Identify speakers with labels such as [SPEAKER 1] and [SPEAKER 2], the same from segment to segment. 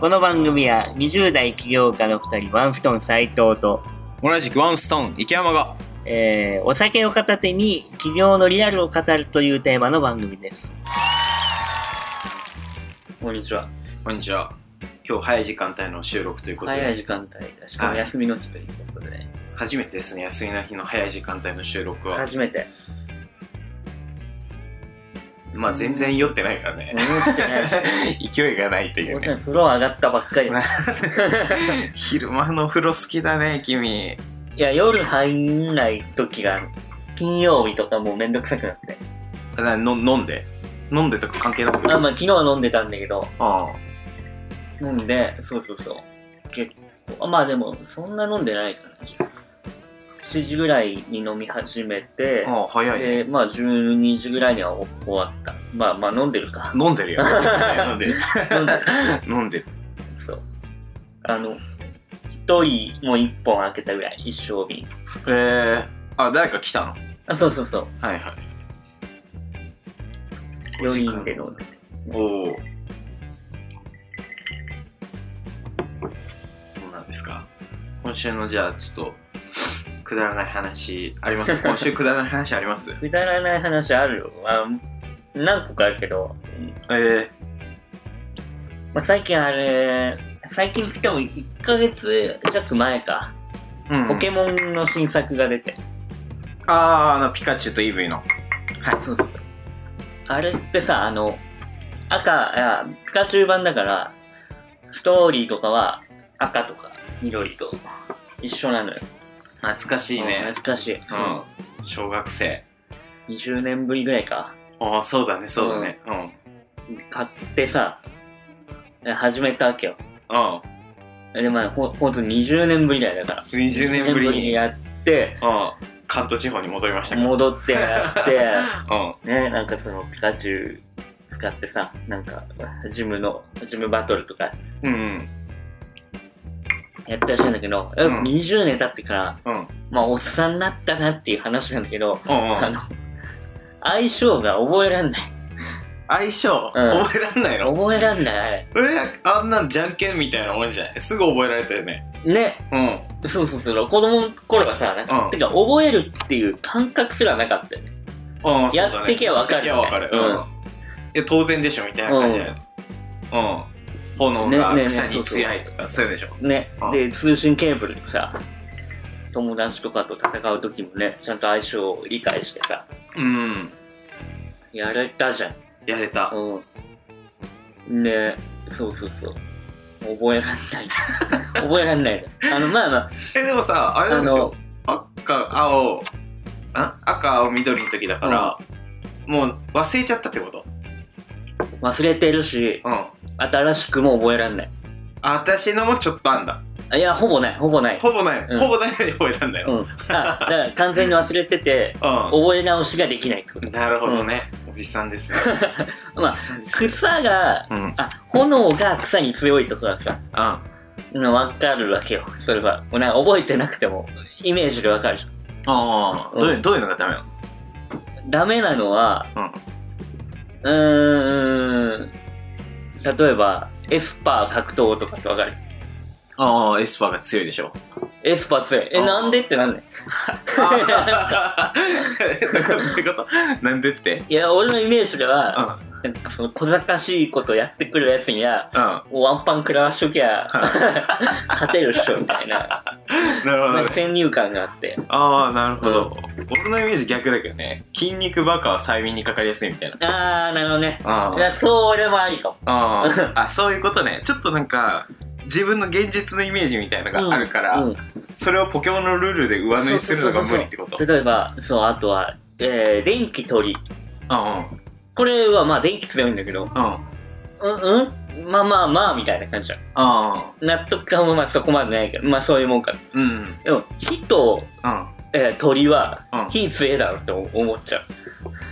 [SPEAKER 1] この番組は20代起業家の2人ワンストーン斎藤と、
[SPEAKER 2] 同じくワンストーン池山が
[SPEAKER 1] えーお酒を片手に起業のリアルを語るというテーマの番組です。
[SPEAKER 3] こんにちは。
[SPEAKER 2] こんにちは今日早い時間帯の収録ということで、
[SPEAKER 3] 早い時間帯だし、かも休みの日ということでね。
[SPEAKER 2] 初めてですね休みの日の早い時間帯の収録は、
[SPEAKER 3] 初めて。
[SPEAKER 2] まあ全然酔ってないからね、
[SPEAKER 3] 思ってないし
[SPEAKER 2] 勢いがないという
[SPEAKER 3] 俺
[SPEAKER 2] ね
[SPEAKER 3] 風呂上がったばっ かりだ。
[SPEAKER 2] 昼間の風呂好きだね君
[SPEAKER 3] いや、夜入んない時がある。金曜日とかもうめんどくさくなって。
[SPEAKER 2] ただの飲んで飲んでとか関係なく
[SPEAKER 3] まあまあ、昨日は飲んでたんだけど、
[SPEAKER 2] あ
[SPEAKER 3] 飲んで、そうそうそう。結構、あまあでも、そんな飲んでないかな。7時ぐらいに飲み始めて
[SPEAKER 2] あ、ああ早いね
[SPEAKER 3] で、まあ12時ぐらいには終わった。まあまあ飲んでる か。
[SPEAKER 2] 飲んでるよ 飲んでる
[SPEAKER 3] 飲んでる
[SPEAKER 2] 飲んでる
[SPEAKER 3] そう。あの、一人もう一本開けたぐらい、一生瓶。
[SPEAKER 2] えー、あ誰か来たの
[SPEAKER 3] あ、そうそうそう。
[SPEAKER 2] はいはい
[SPEAKER 3] 4人で飲んで。
[SPEAKER 2] おおそうなんですか今週のじゃあちょっとくだらない話あり ます今週くだらない話あります
[SPEAKER 3] くだらない話あるよ。あ何個かあるけど、
[SPEAKER 2] え
[SPEAKER 3] まあ、最近あれ、最近しかも1ヶ月弱前か、
[SPEAKER 2] えー、
[SPEAKER 3] ポケモンの新作が出て。
[SPEAKER 2] あーあのピカチュウとイブイの
[SPEAKER 3] はい、そうそうそう。 あれってさ、あの、赤、いや、ピカチュウ版だから、ストーリーとかは赤とか緑と一緒なのよ。
[SPEAKER 2] 懐かしいね
[SPEAKER 3] 懐かしい。
[SPEAKER 2] うん小学生
[SPEAKER 3] 20年ぶりぐらいか。
[SPEAKER 2] ああそうだねそうだねうんうん
[SPEAKER 3] 買ってさ、始めたわけよ。で、まあ、ほほんと20年ぶりだよ、だから。
[SPEAKER 2] 20年ぶりに
[SPEAKER 3] やって、
[SPEAKER 2] うん関東地方に戻りましたか
[SPEAKER 3] 戻ってや っ
[SPEAKER 2] うん
[SPEAKER 3] て、ね、なんかそのピカチュウ使ってさ、なんか、ジムの、ジムバトルとか
[SPEAKER 2] うんうん
[SPEAKER 3] やったらしいんだけど、やっぱ
[SPEAKER 2] うん
[SPEAKER 3] 20年経ってから、
[SPEAKER 2] うんうん
[SPEAKER 3] まあ、おっさんになったなっていう話なんだけど、
[SPEAKER 2] うん
[SPEAKER 3] あの、相性が覚えらんない。
[SPEAKER 2] 相性
[SPEAKER 3] うん
[SPEAKER 2] 覚えらんないの
[SPEAKER 3] 覚えらんない、あれ。
[SPEAKER 2] えあんなんじゃんけんみたいなもんじゃないすぐ覚えられたよね
[SPEAKER 3] ね。
[SPEAKER 2] うん
[SPEAKER 3] そうそうそう。子供の頃はさ、なんか、
[SPEAKER 2] うん
[SPEAKER 3] てか覚えるっていう感覚すらなかったよね。
[SPEAKER 2] うんそうだね
[SPEAKER 3] やってきゃわかる
[SPEAKER 2] やってきゃわかるうん、
[SPEAKER 3] うん
[SPEAKER 2] いや当然でしょみたいな感じだよねうん、炎
[SPEAKER 3] ねね
[SPEAKER 2] が
[SPEAKER 3] ね
[SPEAKER 2] 草に強いとか、そういうのでしょ
[SPEAKER 3] ね
[SPEAKER 2] あ、
[SPEAKER 3] で、通信ケーブルでさ、友達とかと戦う時もね、ちゃんと相性を理解してさ、
[SPEAKER 2] うん
[SPEAKER 3] やれたじゃん。
[SPEAKER 2] やれた、
[SPEAKER 3] うん。ね、そうそうそう。覚えらんない。 覚えらんない。あの、まあまあ、
[SPEAKER 2] えでもさあれ
[SPEAKER 3] あ
[SPEAKER 2] なんでし
[SPEAKER 3] の
[SPEAKER 2] ょ、赤青あ赤青緑の時だから、もう忘れちゃったってこと
[SPEAKER 3] 忘れてるし、
[SPEAKER 2] うん
[SPEAKER 3] 新しくも覚えらんない。
[SPEAKER 2] あ私のもちょっとあんだ
[SPEAKER 3] あいや、ほぼない、ほぼない。
[SPEAKER 2] ほぼない、
[SPEAKER 3] うん
[SPEAKER 2] ほぼないのに覚えたんだ
[SPEAKER 3] う
[SPEAKER 2] よ、
[SPEAKER 3] ん。あ、だから完全に忘れてて、
[SPEAKER 2] うん
[SPEAKER 3] 覚え直しができないってこと。
[SPEAKER 2] なるほどね、おじさんですね
[SPEAKER 3] まあ、草が、
[SPEAKER 2] うんうん
[SPEAKER 3] あ、炎が草に強いとかさ、うんわかるわけよ。それは。もうなんか覚えてなくても、イメージでわかるじゃ
[SPEAKER 2] ああ、
[SPEAKER 3] うん
[SPEAKER 2] どういう、どういうのがダメなの
[SPEAKER 3] ん。ダメなのは、
[SPEAKER 2] うん。
[SPEAKER 3] うーん、例えば、エスパー格闘とかってわかる
[SPEAKER 2] ああ、エスパーが強いでしょ。
[SPEAKER 3] エスパー強い。え、
[SPEAKER 2] あー
[SPEAKER 3] なんでってなん ね
[SPEAKER 2] どういうことどういうことなんでって。
[SPEAKER 3] いや、俺のイメージで
[SPEAKER 2] う
[SPEAKER 3] は、
[SPEAKER 2] ん。
[SPEAKER 3] なんかその小賢しいことやってくるやつには、
[SPEAKER 2] うん。
[SPEAKER 3] ワンパン食らわしときゃ、勝てるっしょ、みたいな。
[SPEAKER 2] なるほ
[SPEAKER 3] な
[SPEAKER 2] ど
[SPEAKER 3] ん
[SPEAKER 2] ね
[SPEAKER 3] か。先入観があって。
[SPEAKER 2] ああ、なるほど。俺のイメージ逆だけどね。筋肉バカは催眠にかかりやすいみたいな。
[SPEAKER 3] あー、なるほどね。
[SPEAKER 2] あ
[SPEAKER 3] いや、そう、俺もありかも。
[SPEAKER 2] あー。あ、そういうことね。ちょっとなんか、自分の現実のイメージみたいなのがあるから、
[SPEAKER 3] うん
[SPEAKER 2] それをポケモンのルールで上乗りするのが無理ってこと。うん
[SPEAKER 3] 例えば、そう、あとは、えー、電気取り。
[SPEAKER 2] うん。
[SPEAKER 3] これはまあ電気強いんだけど、
[SPEAKER 2] うん。
[SPEAKER 3] うんうんまあまあまあ、みたいな感じだ。
[SPEAKER 2] あ
[SPEAKER 3] 納得感はまあそこまでないけど、まあそういうもんか。
[SPEAKER 2] ーうん。うん。
[SPEAKER 3] でも、火と、
[SPEAKER 2] あ
[SPEAKER 3] えー鳥は
[SPEAKER 2] うん、
[SPEAKER 3] 火強えだろって思っちゃう。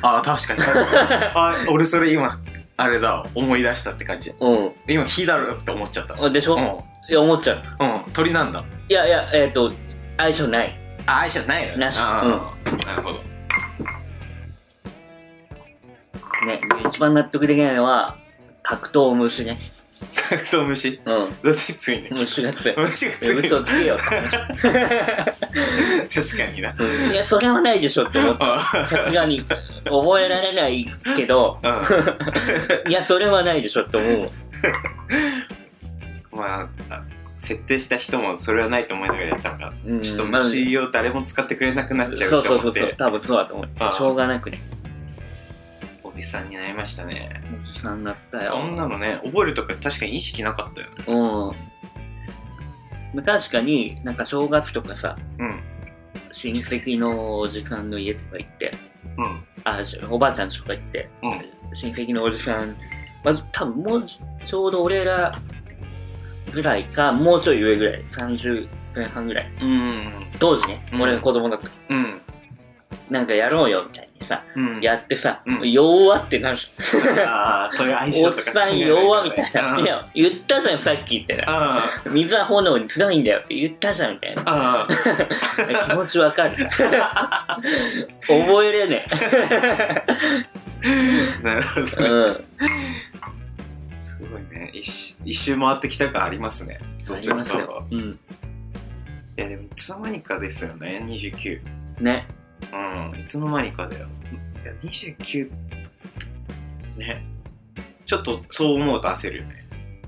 [SPEAKER 2] あ、確かに。 あ、俺それ今、あれだわ、思い出したって感じ。
[SPEAKER 3] う
[SPEAKER 2] 今火だろって思っちゃった
[SPEAKER 3] ん。でしょ、
[SPEAKER 2] う
[SPEAKER 3] うんいや、思っちゃう。
[SPEAKER 2] うん鳥なんだ
[SPEAKER 3] いやいや、えっ、と、相性ない。
[SPEAKER 2] あ相性ないよね
[SPEAKER 3] なし
[SPEAKER 2] あーなるほど
[SPEAKER 3] ね。で一番納得できないのは、格闘虫ね。
[SPEAKER 2] そう、虫。
[SPEAKER 3] うん。
[SPEAKER 2] どっちついね。
[SPEAKER 3] 虫が強い。
[SPEAKER 2] 虫が つい
[SPEAKER 3] 嘘つけよ。
[SPEAKER 2] 確かにな。
[SPEAKER 3] いや、それはないでしょって思った。
[SPEAKER 2] あ
[SPEAKER 3] さすがに。覚えられないけど、
[SPEAKER 2] あ
[SPEAKER 3] いや、それはないでしょって思うわ。
[SPEAKER 2] うん。まあ、設定した人もそれはないと思いながらやったのが、
[SPEAKER 3] うん
[SPEAKER 2] ちょっと
[SPEAKER 3] まあ
[SPEAKER 2] 虫を誰も使ってくれなくなっちゃ
[SPEAKER 3] そうう
[SPEAKER 2] と
[SPEAKER 3] そ
[SPEAKER 2] 思
[SPEAKER 3] う
[SPEAKER 2] って、
[SPEAKER 3] そうそう。多分そうだと思う。
[SPEAKER 2] ああ
[SPEAKER 3] しょうがなくね。
[SPEAKER 2] おじさんになりましたね。
[SPEAKER 3] おじさんだったよ。
[SPEAKER 2] あんなのね、覚えるとか確かに意識なかったよね。
[SPEAKER 3] うん。確かに、なんか正月とかさ、
[SPEAKER 2] うん。
[SPEAKER 3] 親戚のおじさんの家とか行って、
[SPEAKER 2] うん。
[SPEAKER 3] あ、しおばあちゃんちとか行って、
[SPEAKER 2] うん。
[SPEAKER 3] 親戚のおじさん、まあ、多分もうちちょうど俺らぐらいか、もうちょい上ぐらい、30前半ぐらい。
[SPEAKER 2] うん。
[SPEAKER 3] 当時ね、
[SPEAKER 2] うん
[SPEAKER 3] 俺が子供だった。
[SPEAKER 2] うん。
[SPEAKER 3] なんかやろうよ、みたいにさ、
[SPEAKER 2] うん。
[SPEAKER 3] やってさ、
[SPEAKER 2] うん
[SPEAKER 3] 弱ってなるじゃん
[SPEAKER 2] ああ、そういう相性
[SPEAKER 3] おっ
[SPEAKER 2] とか
[SPEAKER 3] さん弱みたいな。
[SPEAKER 2] うん
[SPEAKER 3] いや、言ったじゃん、さっきってな。
[SPEAKER 2] あ
[SPEAKER 3] 水は炎に強いんだよって言ったじゃん、みたいな
[SPEAKER 2] あ、。ああ、
[SPEAKER 3] 気持ちわかる。 覚えれね
[SPEAKER 2] なるほど
[SPEAKER 3] え。
[SPEAKER 2] ね。
[SPEAKER 3] うん。
[SPEAKER 2] すごいね。一周一周回ってきた感ありますね。そうすると。
[SPEAKER 3] あ
[SPEAKER 2] い
[SPEAKER 3] りますよ。
[SPEAKER 2] や、でもいつの間にかですよね、29。
[SPEAKER 3] うん。ね。
[SPEAKER 2] うん、いつの間にかだよ。いや、29。ね。ちょっとそう思うと焦るよね。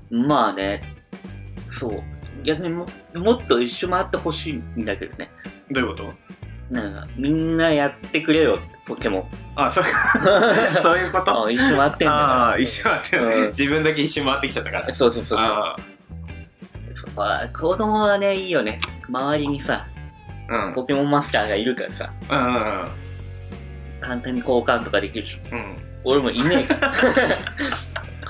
[SPEAKER 3] まあね。そう。逆にももっと一周回ってほしいんだけどね。
[SPEAKER 2] どういうこと
[SPEAKER 3] なんか、みんなやってくれよ、ポケモン。
[SPEAKER 2] あ、 そう、そういうこと
[SPEAKER 3] あ一周回ってんだ
[SPEAKER 2] ああ、一
[SPEAKER 3] 周
[SPEAKER 2] 周回って
[SPEAKER 3] うん
[SPEAKER 2] 自分だけ一周回ってきちゃったから。
[SPEAKER 3] そうそうそう。
[SPEAKER 2] あ
[SPEAKER 3] そうあ子供はね、いいよね。周りにさ、
[SPEAKER 2] あ、うん。
[SPEAKER 3] ポケモンマスターがいるからさ、
[SPEAKER 2] う
[SPEAKER 3] 簡単に交換とかできるし。
[SPEAKER 2] ん。うん。
[SPEAKER 3] 俺もいねえから。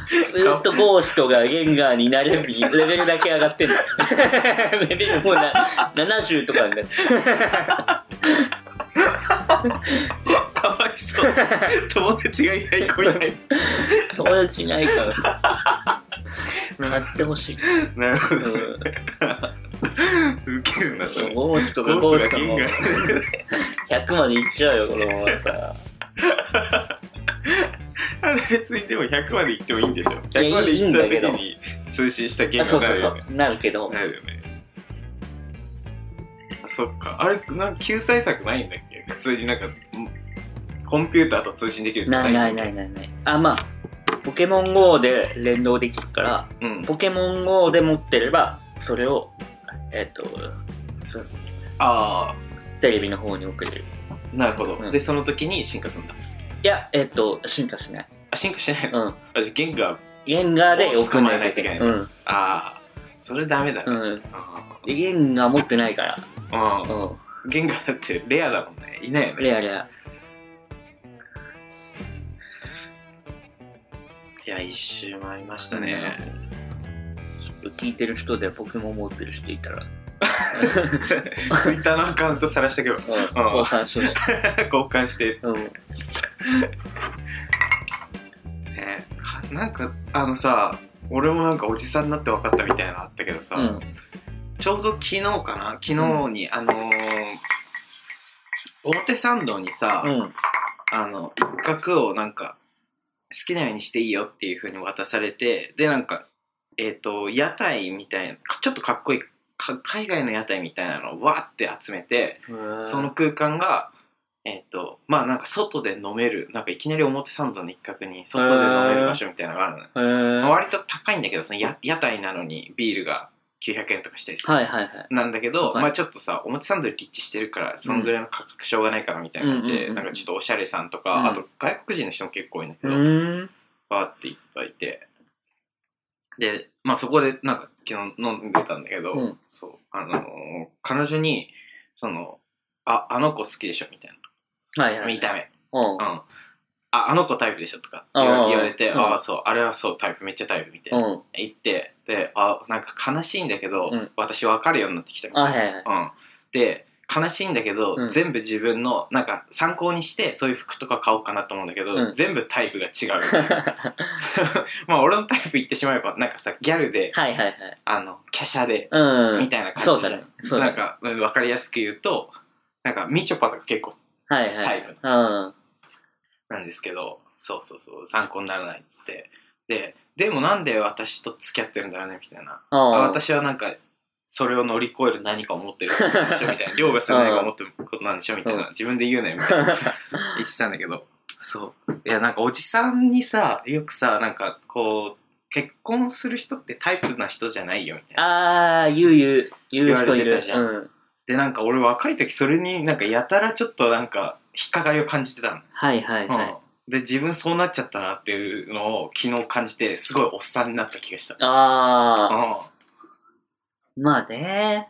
[SPEAKER 3] ずーっとゴーストがゲンガーになれずにレベルだけ上が ってんの。レベルもうな70とかになって。
[SPEAKER 2] かわいそう。友達がいない子い ない。
[SPEAKER 3] 友達いないからさ。 買ってほしい。
[SPEAKER 2] なるほ
[SPEAKER 3] うん
[SPEAKER 2] ど。ウケるな、それ。
[SPEAKER 3] ゴーストが
[SPEAKER 2] ゴー
[SPEAKER 3] ゴー
[SPEAKER 2] ス
[SPEAKER 3] ス
[SPEAKER 2] が
[SPEAKER 3] ト
[SPEAKER 2] 銀
[SPEAKER 3] も
[SPEAKER 2] 河。
[SPEAKER 3] 100までいっちゃうよ、このままさ。
[SPEAKER 2] あれ別にでも100まで行ってもいいんでしょ。
[SPEAKER 3] いやいい
[SPEAKER 2] 100まで行った時に通信した
[SPEAKER 3] あ
[SPEAKER 2] 銀
[SPEAKER 3] そ
[SPEAKER 2] 河
[SPEAKER 3] う
[SPEAKER 2] にな
[SPEAKER 3] そうそ
[SPEAKER 2] るよね。
[SPEAKER 3] う。なるけど。
[SPEAKER 2] なるよね。あそっか。あれ、なんか救済策ないんだっけ普通になんか、んコンピューターと通信できるとか
[SPEAKER 3] ないない
[SPEAKER 2] い。
[SPEAKER 3] ないないない。あ、まあ、ポケモン GO で連動できるから、
[SPEAKER 2] うん。
[SPEAKER 3] ポケモン GO で持ってれば、それを、えっ、と、そう
[SPEAKER 2] あ
[SPEAKER 3] テレビの方に送れる。
[SPEAKER 2] あ、なるほど、
[SPEAKER 3] うん
[SPEAKER 2] で、その時に進化するんだ。
[SPEAKER 3] いや、えっ、と、進化しない。
[SPEAKER 2] あ、進化しないの、
[SPEAKER 3] うん。
[SPEAKER 2] あ、じゃあ銀河、
[SPEAKER 3] ゲンガーで送んないといけない。
[SPEAKER 2] 捕
[SPEAKER 3] うん。
[SPEAKER 2] ああ、それダメだね。
[SPEAKER 3] うん。
[SPEAKER 2] あ
[SPEAKER 3] でゲンガー持ってないから。
[SPEAKER 2] あうん。
[SPEAKER 3] うん。
[SPEAKER 2] 銀河だってレアだもんね。いないよね。
[SPEAKER 3] レアレア。
[SPEAKER 2] いや、一周回りましたね。
[SPEAKER 3] ちょっと聞いてる人でポケモン持ってる人いたら、
[SPEAKER 2] ツイッターのアカウント晒しておけば、
[SPEAKER 3] うん。交換しよう。
[SPEAKER 2] 交換して。
[SPEAKER 3] うん。
[SPEAKER 2] ね、かなんか、あのさ、俺もなんかおじさんになって分かったみたいなのあったけどさ、
[SPEAKER 3] うん。
[SPEAKER 2] ちょうど昨日かな昨日に、あのー、表参道にさ、
[SPEAKER 3] うん。
[SPEAKER 2] あの、一角をなんか、好きなようにしていいよっていう風に渡されて、で、なんか、えっ、と、屋台みたいな、ちょっとかっこいい、か海外の屋台みたいなのをわーって集めて、その、空間が、えっ、と、まあなんか外で飲める、なんかいきなり表参道の一角に外で飲める場所みたいなのがあるの
[SPEAKER 3] へ
[SPEAKER 2] よ。
[SPEAKER 3] ー
[SPEAKER 2] ま
[SPEAKER 3] は
[SPEAKER 2] あ
[SPEAKER 3] い
[SPEAKER 2] 割と高いんだけど、そのや屋台なのにビールが900円とかしたりする。
[SPEAKER 3] はいはい。
[SPEAKER 2] なんだけど、
[SPEAKER 3] はい
[SPEAKER 2] まあちょっとさ、表参道に立地してるから、そのぐらいの価格しょうがないからみたいな感じ
[SPEAKER 3] うんうんうん
[SPEAKER 2] で、
[SPEAKER 3] うん
[SPEAKER 2] なんかちょっとおしゃれさんとか、
[SPEAKER 3] うん
[SPEAKER 2] あと外国人の人も結構多いんだけ
[SPEAKER 3] う
[SPEAKER 2] ど、
[SPEAKER 3] ーん。
[SPEAKER 2] バーっていっぱいいて。で、まあそこでなんか昨日飲んでたんだけど、
[SPEAKER 3] うん
[SPEAKER 2] そう、あのー彼女に、その、あ、あの子好きでしょみたいな。
[SPEAKER 3] はいはい。
[SPEAKER 2] 見た目。
[SPEAKER 3] うん。
[SPEAKER 2] うん。あ、あの子タイプでしょとか
[SPEAKER 3] あ
[SPEAKER 2] 言
[SPEAKER 3] ー
[SPEAKER 2] わ言われて、
[SPEAKER 3] うん
[SPEAKER 2] ああ、そう、あれはそう、タイプ、めっちゃタイプみたいな。
[SPEAKER 3] うん。
[SPEAKER 2] 行って、で、あ、なんか悲しいんだけど、
[SPEAKER 3] うん
[SPEAKER 2] 私わかるようになってきたみた
[SPEAKER 3] あ、
[SPEAKER 2] い
[SPEAKER 3] はいはい。
[SPEAKER 2] な。うん。で、悲しいんだけど、
[SPEAKER 3] うん
[SPEAKER 2] 全部自分の、なんか参考にして、そういう服とか買おうかなと思うんだけど、
[SPEAKER 3] うん
[SPEAKER 2] 全部タイプが違う みたいな。まあ、俺のタイプ言ってしまえば、なんかさ、ギャルで、
[SPEAKER 3] はいはいはい。
[SPEAKER 2] あの、華奢で、
[SPEAKER 3] うん。
[SPEAKER 2] みたいな感
[SPEAKER 3] そう
[SPEAKER 2] じじ
[SPEAKER 3] だ
[SPEAKER 2] ゃん。
[SPEAKER 3] ね。そうだ
[SPEAKER 2] なん
[SPEAKER 3] ね。
[SPEAKER 2] か、うんわかりやすく言うと、なんか、みちょぱとか結構
[SPEAKER 3] はいはい。
[SPEAKER 2] タイプ
[SPEAKER 3] うん。
[SPEAKER 2] なんですけど、そうそうそう、参考にならないっつって、ででもなんで私と付き合ってるんだろうねみたいな
[SPEAKER 3] あ
[SPEAKER 2] あ
[SPEAKER 3] あ。
[SPEAKER 2] 私はなんかそれを乗り越える何かを持ってることなんでしょみたいな凌駕する何かを持ってることなんでしょみたいな自分で言うねみたいな言ってたんだけどそういやなんかおじさんにさよくさなんかこう結婚する人ってタイプな人じゃないよみたいな
[SPEAKER 3] ああ、言う言う、言う人い
[SPEAKER 2] 言われて
[SPEAKER 3] る
[SPEAKER 2] た。じゃん
[SPEAKER 3] うん。
[SPEAKER 2] でなんか俺若い時それになんかやたらちょっとなんか引っかかりを感じてたの
[SPEAKER 3] はいはいはい。
[SPEAKER 2] うん、で自分そうなっちゃったなっていうのを昨日感じてすごいおっさんになった気がした、
[SPEAKER 3] ああ、
[SPEAKER 2] う
[SPEAKER 3] まあね。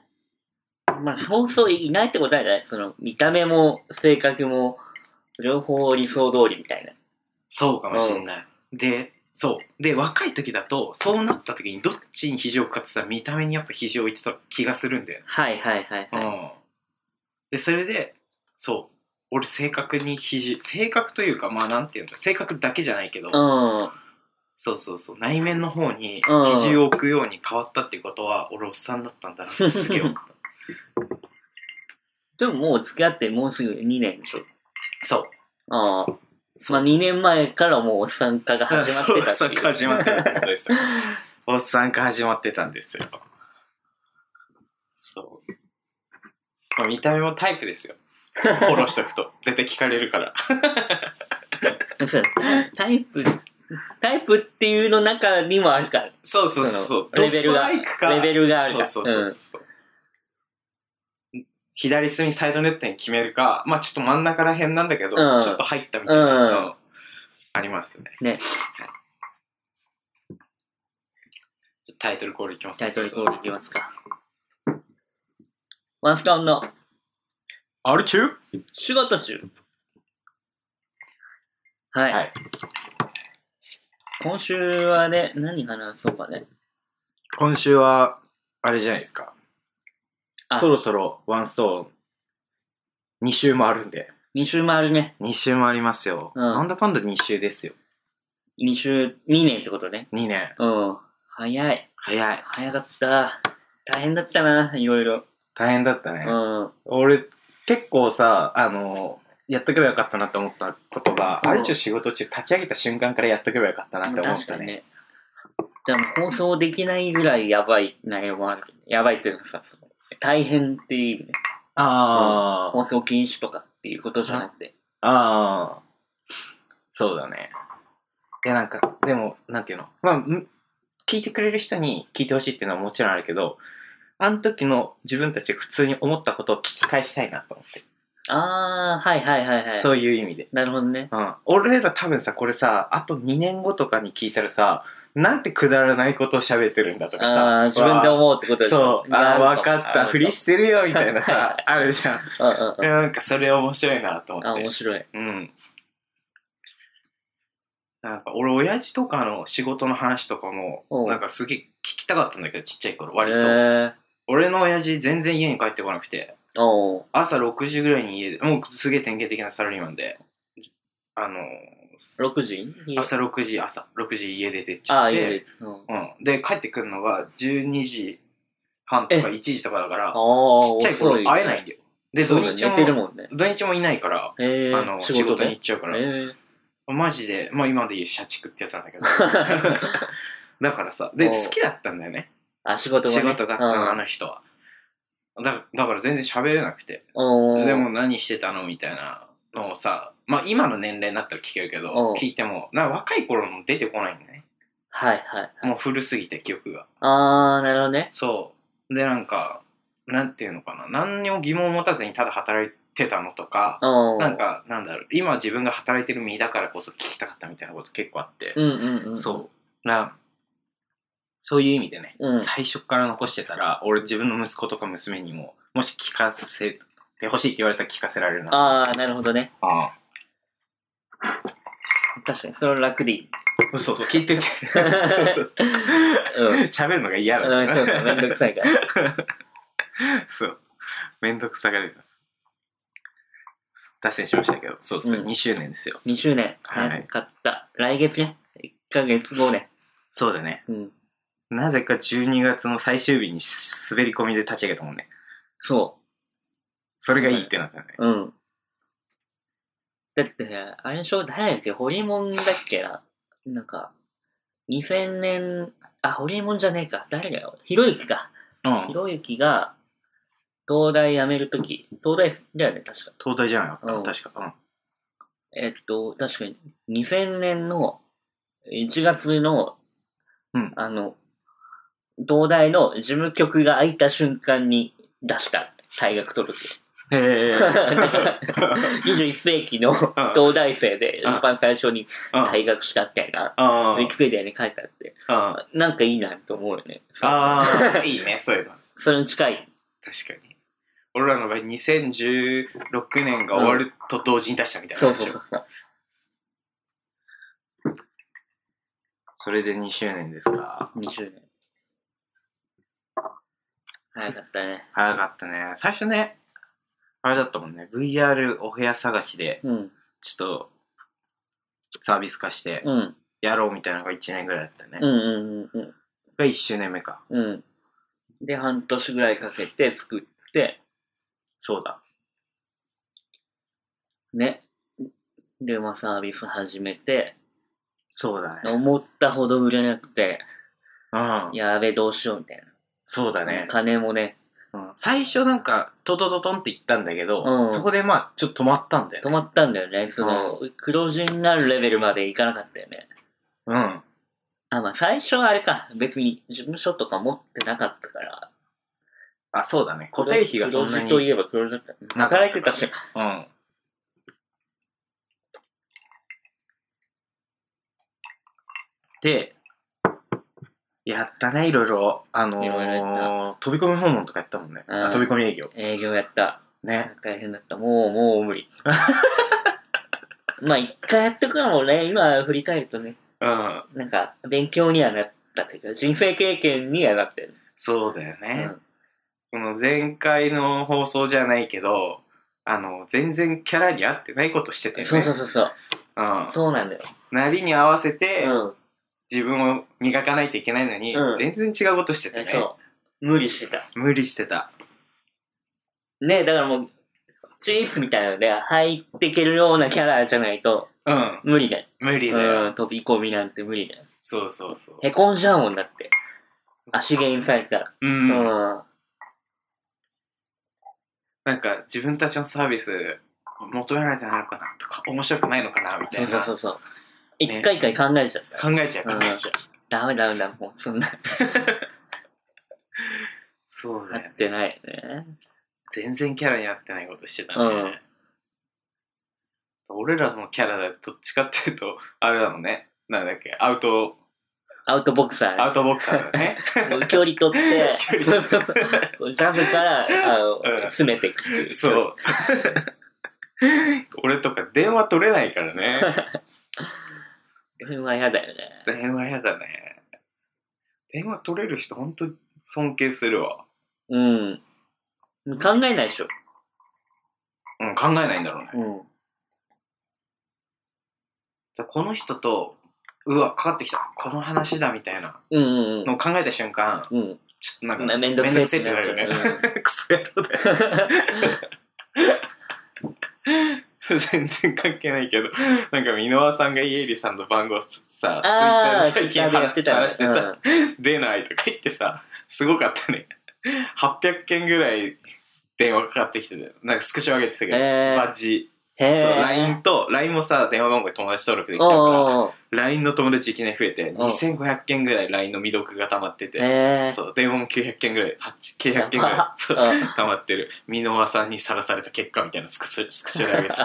[SPEAKER 3] まあ、そうそういないってことはない。その、見た目も性格も、両方理想通りみたいな。
[SPEAKER 2] そうかもしんない、でそうで若い時だとそうなった時にどっちに肘を置くかってさ見た目にやっぱ肘を置いてた気がするんだよね、
[SPEAKER 3] はいはいはいはい。
[SPEAKER 2] うんでそれでそう俺性格に肘性格というかまあなんていうの性格だけじゃないけど、
[SPEAKER 3] うん。
[SPEAKER 2] そうそうそう内面の方に
[SPEAKER 3] うん
[SPEAKER 2] 肘を置くように変わったっていうことは俺おっさんだったんだなってすげ え思った
[SPEAKER 3] でももう付き合ってもうすぐ2年でしょ。
[SPEAKER 2] そう
[SPEAKER 3] ああ。まあ2年前からもうおっさん化が始まってた
[SPEAKER 2] そう
[SPEAKER 3] っ
[SPEAKER 2] おっさん
[SPEAKER 3] ていう
[SPEAKER 2] 化始まってたってことですよ。おっさん化始まってたんですよ。そう。まあ、見た目もタイプですよ。フォローしとく と。絶対聞かれるから。
[SPEAKER 3] そうタイプ、タイプっていうの中にもあるから。
[SPEAKER 2] そうそうそうそう。
[SPEAKER 3] そのレベルが
[SPEAKER 2] ドストライクか
[SPEAKER 3] レベルがあるから
[SPEAKER 2] そうそうそうそう。左隅サイドネットに決めるか、まあちょっと真ん中ら辺なんだけど、
[SPEAKER 3] うん
[SPEAKER 2] ちょっと入ったみたいな
[SPEAKER 3] うん
[SPEAKER 2] の、ありますよね。
[SPEAKER 3] ね
[SPEAKER 2] はいじゃあタイトルコールいきます
[SPEAKER 3] タイトルコ
[SPEAKER 2] ル。
[SPEAKER 3] ールいきますか。ワンスカンの
[SPEAKER 2] あれ中
[SPEAKER 3] 仕事中。はい。
[SPEAKER 2] はい
[SPEAKER 3] 今週はね、何話そうかね。
[SPEAKER 2] 今週は、あれじゃないですか
[SPEAKER 3] あ。
[SPEAKER 2] そろそろワンストーン、2週もあるんで。
[SPEAKER 3] 2週もあるね。
[SPEAKER 2] 2週もありますよ。
[SPEAKER 3] うん
[SPEAKER 2] なんだかんだ2週ですよ。
[SPEAKER 3] 2週、2年ってことね。
[SPEAKER 2] 2年。
[SPEAKER 3] うん。早い。
[SPEAKER 2] 早い。
[SPEAKER 3] 早かった。大変だったな、いろいろ。
[SPEAKER 2] 大変だった
[SPEAKER 3] う
[SPEAKER 2] ね。
[SPEAKER 3] ん。
[SPEAKER 2] 俺、結構さ、あの、やっとけばよかったなって思ったことが、
[SPEAKER 3] うん
[SPEAKER 2] ある種仕事中立ち上げた瞬間からやっとけばよかったなって思っ
[SPEAKER 3] 確
[SPEAKER 2] た
[SPEAKER 3] かに
[SPEAKER 2] ね。
[SPEAKER 3] ね。でも放送できないぐらいやばい内容もある。やばいというかさ、その大変っていう意味ね。
[SPEAKER 2] あー、
[SPEAKER 3] 放送禁止とかっていうことじゃなくて。
[SPEAKER 2] あー。そうだね。いや、なんか、でも、なんていうのまあ、む聞いてくれる人に聞いてほしいっていうのはもちろんあるけど、あの時の自分たちが普通に思ったことを聞き返したいなと思って。
[SPEAKER 3] あー、はいはいはいはい。
[SPEAKER 2] そういう意味で。
[SPEAKER 3] なるほどね。
[SPEAKER 2] うん。俺ら多分さ、これさ、あと2年後とかに聞いたらさ、なんてくだらないことを喋ってるんだとかさ。
[SPEAKER 3] あー、自分で思うってことでしょ
[SPEAKER 2] そう。あー、わかった。ふり
[SPEAKER 3] し
[SPEAKER 2] してるよ、みたいなさ、あるじゃん。
[SPEAKER 3] うんうんうん。
[SPEAKER 2] なんかそれ面白いなと思
[SPEAKER 3] あ、
[SPEAKER 2] って
[SPEAKER 3] 面。白い。
[SPEAKER 2] うん。なんか俺、親父とかの仕事の話とかも、
[SPEAKER 3] おう
[SPEAKER 2] なんかすげえ聞きたかったんだけど、ちっちゃい頃、
[SPEAKER 3] え
[SPEAKER 2] 割と。
[SPEAKER 3] ー。
[SPEAKER 2] 俺の親父全然家に帰ってこなくて、
[SPEAKER 3] おう
[SPEAKER 2] 朝6時ぐらいに家で、もうすげえ典型的なサラリーマンで、あの、
[SPEAKER 3] 6時
[SPEAKER 2] 朝6時、朝6時家出てっち
[SPEAKER 3] あ
[SPEAKER 2] ゃ
[SPEAKER 3] ー、
[SPEAKER 2] って、
[SPEAKER 3] いいね。うん
[SPEAKER 2] うん。で、帰ってくるのが12時半とか
[SPEAKER 3] え
[SPEAKER 2] 1時とかだから、
[SPEAKER 3] あ
[SPEAKER 2] ちっちゃい頃会えないん
[SPEAKER 3] ん
[SPEAKER 2] だよ。で、土
[SPEAKER 3] そうだね
[SPEAKER 2] 日
[SPEAKER 3] 寝てる
[SPEAKER 2] も、
[SPEAKER 3] もんね。
[SPEAKER 2] 土日もいないから、
[SPEAKER 3] え
[SPEAKER 2] あの
[SPEAKER 3] ー、
[SPEAKER 2] 仕事に行
[SPEAKER 3] ね
[SPEAKER 2] っちゃうから、
[SPEAKER 3] えー。
[SPEAKER 2] マジで、まあ今で言う社畜ってやつなんだ けど。だからさ、
[SPEAKER 3] お
[SPEAKER 2] で、
[SPEAKER 3] う
[SPEAKER 2] 好きだったんだよね。
[SPEAKER 3] あ、仕事がね。
[SPEAKER 2] 仕事があった
[SPEAKER 3] うん
[SPEAKER 2] の、あの人は。だだから全然喋れなくて。
[SPEAKER 3] おー
[SPEAKER 2] でも、何してたのみたいなのをさ、まあ今の年齢になったら聞けるけ
[SPEAKER 3] お
[SPEAKER 2] ど
[SPEAKER 3] う、
[SPEAKER 2] 聞いても、なんか若い頃の出てこないんだね。
[SPEAKER 3] はいはい。
[SPEAKER 2] もう古すぎて記憶が。
[SPEAKER 3] あー、なるほどね。
[SPEAKER 2] そう。で、なんか、なんていうのかな。何にも疑問を持たずにただ働いてたのとか、
[SPEAKER 3] おー
[SPEAKER 2] なん、か、なんだろう。今自分が働いてる身だからこそ聞きたかったみたいなこと結構あって。
[SPEAKER 3] うんうんうん。
[SPEAKER 2] そう。な、そういう意味でね、
[SPEAKER 3] うん
[SPEAKER 2] 最初から残してたら、俺自分の息子とか娘にも、もし聞かせてほしいって言われたら聞かせられるな。
[SPEAKER 3] あー、なるほどね。
[SPEAKER 2] ああ。
[SPEAKER 3] 確かに、それは楽で いい。
[SPEAKER 2] そうそう、聞いてて。
[SPEAKER 3] うん。うん、
[SPEAKER 2] 喋るのが嫌だ、ね。
[SPEAKER 3] そうそう、めんどくさいから。
[SPEAKER 2] そう。めんどくさがる。そう脱線しましたけど、そうそう、
[SPEAKER 3] うん
[SPEAKER 2] 2周年ですよ。
[SPEAKER 3] 2周年。
[SPEAKER 2] はい
[SPEAKER 3] 早かった。来月ね。1ヶ月後ね。
[SPEAKER 2] そうだね。
[SPEAKER 3] うん。
[SPEAKER 2] なぜか12月の最終日に滑り込みで立ち上げたもんね。
[SPEAKER 3] そ
[SPEAKER 2] それがいいってなったね。
[SPEAKER 3] う。うん。だってね、あれでしょ誰だっけホリモンだっけななんか、 2000年、あ、ホリエモンじゃねえか。誰だよ。ひろゆきか。ひ
[SPEAKER 2] うん。
[SPEAKER 3] ろゆきが、東大辞めるとき、東大だよね、確か。
[SPEAKER 2] 東大じゃなか
[SPEAKER 3] う
[SPEAKER 2] っ
[SPEAKER 3] ん
[SPEAKER 2] た、確か。
[SPEAKER 3] えっと、確かに、2000年の1月の、
[SPEAKER 2] うん
[SPEAKER 3] あの、東大の事務局が開いた瞬間に出した退学 届。
[SPEAKER 2] うん。へえ。
[SPEAKER 3] 21世紀の東大生で
[SPEAKER 2] うん
[SPEAKER 3] 一番最初に
[SPEAKER 2] うん
[SPEAKER 3] 退学したみたいな、ウ
[SPEAKER 2] あ
[SPEAKER 3] ィキペディアに書いてあって、
[SPEAKER 2] あ。うん
[SPEAKER 3] なんかいいなと思うよね。
[SPEAKER 2] ああ、 いいね、そういうの。
[SPEAKER 3] それに近い。
[SPEAKER 2] 確かに。俺らの場合、2016年が終わると同時に出したみたいな
[SPEAKER 3] そ
[SPEAKER 2] 感
[SPEAKER 3] う
[SPEAKER 2] じで
[SPEAKER 3] そ
[SPEAKER 2] し
[SPEAKER 3] う
[SPEAKER 2] ょ。
[SPEAKER 3] そう。
[SPEAKER 2] それで2周年ですか。
[SPEAKER 3] 20年。早かったね。
[SPEAKER 2] 早かったね。最初ね、あれだったもんね、VR お部屋探しで、
[SPEAKER 3] うん。
[SPEAKER 2] ちょっと、サービス化して、
[SPEAKER 3] うん。
[SPEAKER 2] やろうみたいなのが1年ぐらいだったね。
[SPEAKER 3] うんうんうんうん。
[SPEAKER 2] が1周年目か。
[SPEAKER 3] うん。で、半年ぐらいかけて作って、
[SPEAKER 2] そうだ。
[SPEAKER 3] ね。で、まあサービス始めて、
[SPEAKER 2] そうだね。
[SPEAKER 3] 思ったほど売れなくて、
[SPEAKER 2] うん。
[SPEAKER 3] やべ、どうしようみたい
[SPEAKER 2] そうだ
[SPEAKER 3] な。
[SPEAKER 2] ね。
[SPEAKER 3] 金もね、
[SPEAKER 2] うん最初なんか、トトトトンって言ったんだけど、
[SPEAKER 3] うん
[SPEAKER 2] そこでまあ、ちょっと止まったんだよ
[SPEAKER 3] 止
[SPEAKER 2] ね。
[SPEAKER 3] まったんだよね。その、黒字になるレベルまでいかなかったよね。
[SPEAKER 2] うん。
[SPEAKER 3] あ、まあ最初はあれか。別に事務所とか持ってなかったから。
[SPEAKER 2] あ、そうだね。固定費がそんな
[SPEAKER 3] 黒字
[SPEAKER 2] に。
[SPEAKER 3] といえば黒字だった。
[SPEAKER 2] なかった
[SPEAKER 3] 働いてたし、
[SPEAKER 2] うん。で、やったね、いろいろ。あのー
[SPEAKER 3] いろいろや
[SPEAKER 2] 飛び込み訪問とかやったもんね。
[SPEAKER 3] うん
[SPEAKER 2] あ飛び込み営業。
[SPEAKER 3] 営業やった。
[SPEAKER 2] ね。
[SPEAKER 3] 大変だった。もう、もう無 理。まあ一回やってくのもね、今振り返るとね、
[SPEAKER 2] うん。
[SPEAKER 3] なんか勉強にはなったというか、人生経験にはなってる。
[SPEAKER 2] そうだよ
[SPEAKER 3] う
[SPEAKER 2] ね。
[SPEAKER 3] ん。
[SPEAKER 2] この前回の放送じゃないけど、あの、全然キャラに合ってないことしてたよね。
[SPEAKER 3] そうそうそうそう。
[SPEAKER 2] うん。
[SPEAKER 3] そうなんだよ。
[SPEAKER 2] なりに合わせて、
[SPEAKER 3] う
[SPEAKER 2] 自分を磨かないといけないのに、
[SPEAKER 3] うん
[SPEAKER 2] 全然違うことしてた
[SPEAKER 3] ん。
[SPEAKER 2] ね。
[SPEAKER 3] そう。無理してた。
[SPEAKER 2] 無理してた。
[SPEAKER 3] ねだからもう、スイーツみたいなので入っていけるようなキャラじゃないと
[SPEAKER 2] うん。
[SPEAKER 3] 無理だよ。
[SPEAKER 2] 無理だよ。
[SPEAKER 3] うん、飛び込みなんて無理だよ。
[SPEAKER 2] そうそうそう。
[SPEAKER 3] へこんじゃうもんだって。足毛にされたら。
[SPEAKER 2] うん
[SPEAKER 3] う。ん。
[SPEAKER 2] なんか自分たちのサービス求められてないのかなとか面白くないのかなみた
[SPEAKER 3] そう
[SPEAKER 2] い
[SPEAKER 3] そ
[SPEAKER 2] な
[SPEAKER 3] うそ
[SPEAKER 2] 考
[SPEAKER 3] うそう。一回一回考えちゃった。
[SPEAKER 2] えちゃう考
[SPEAKER 3] うん
[SPEAKER 2] えちゃう
[SPEAKER 3] ダメダメダメ、もうそんな、
[SPEAKER 2] そう
[SPEAKER 3] な
[SPEAKER 2] だよ
[SPEAKER 3] ってないね。
[SPEAKER 2] 全然キャラに合ってないことしてた
[SPEAKER 3] うん
[SPEAKER 2] ね俺らのキャラだとどっちかっていうとあれなのねなんだっけアウト
[SPEAKER 3] アウトボクサーね。
[SPEAKER 2] アウトボクサーだ ね
[SPEAKER 3] もう距離取って、
[SPEAKER 2] 距離
[SPEAKER 3] そうそうそう。ジャブから、あの、
[SPEAKER 2] うん
[SPEAKER 3] 詰めていくってい
[SPEAKER 2] そう。 俺とか電話取れないか らね
[SPEAKER 3] 電話嫌だよね。
[SPEAKER 2] 電話やだね電話取れる人本当尊敬するわ
[SPEAKER 3] うん。考えないでしょ。
[SPEAKER 2] うん考えないんだろうね
[SPEAKER 3] うん。
[SPEAKER 2] じゃあこの人と、うわ、かかってきた。この話だ、みたいな
[SPEAKER 3] うんうん
[SPEAKER 2] のを考えた瞬間、
[SPEAKER 3] うん。
[SPEAKER 2] ちょっと
[SPEAKER 3] う
[SPEAKER 2] なんか、
[SPEAKER 3] ん。めんどくせえ
[SPEAKER 2] めんどくせえってなるよね。
[SPEAKER 3] っ
[SPEAKER 2] クソ野郎だよ。
[SPEAKER 3] てなる
[SPEAKER 2] 全然関係ないけど、なんか、箕輪さんが家入さんの番号つさ、ツイッタ
[SPEAKER 3] あ
[SPEAKER 2] ー
[SPEAKER 3] あ、
[SPEAKER 2] で最近話して話してさ、
[SPEAKER 3] ね
[SPEAKER 2] 出ないとか言ってさ、すごかったね。800件ぐらい電話かかってきてたよ。なんかスクショ上げてた
[SPEAKER 3] う
[SPEAKER 2] け
[SPEAKER 3] ん
[SPEAKER 2] ど、
[SPEAKER 3] へ
[SPEAKER 2] バッジ。
[SPEAKER 3] え。へえ。
[SPEAKER 2] そう、LINE と、LINE もさ、電話番号で友達登録できち
[SPEAKER 3] お
[SPEAKER 2] ゃ
[SPEAKER 3] う
[SPEAKER 2] うから、
[SPEAKER 3] おうおう
[SPEAKER 2] LINE の友達いきなり増えて、
[SPEAKER 3] ん
[SPEAKER 2] 2500件ぐらい LINE の未読が溜まってて、
[SPEAKER 3] へえ。
[SPEAKER 2] そう、電話も900件ぐらい、8 900件ぐ
[SPEAKER 3] や
[SPEAKER 2] ら
[SPEAKER 3] ば
[SPEAKER 2] い、そう溜まってる。箕輪さんにさらされた結果みたいなスクショスクショで上げてて。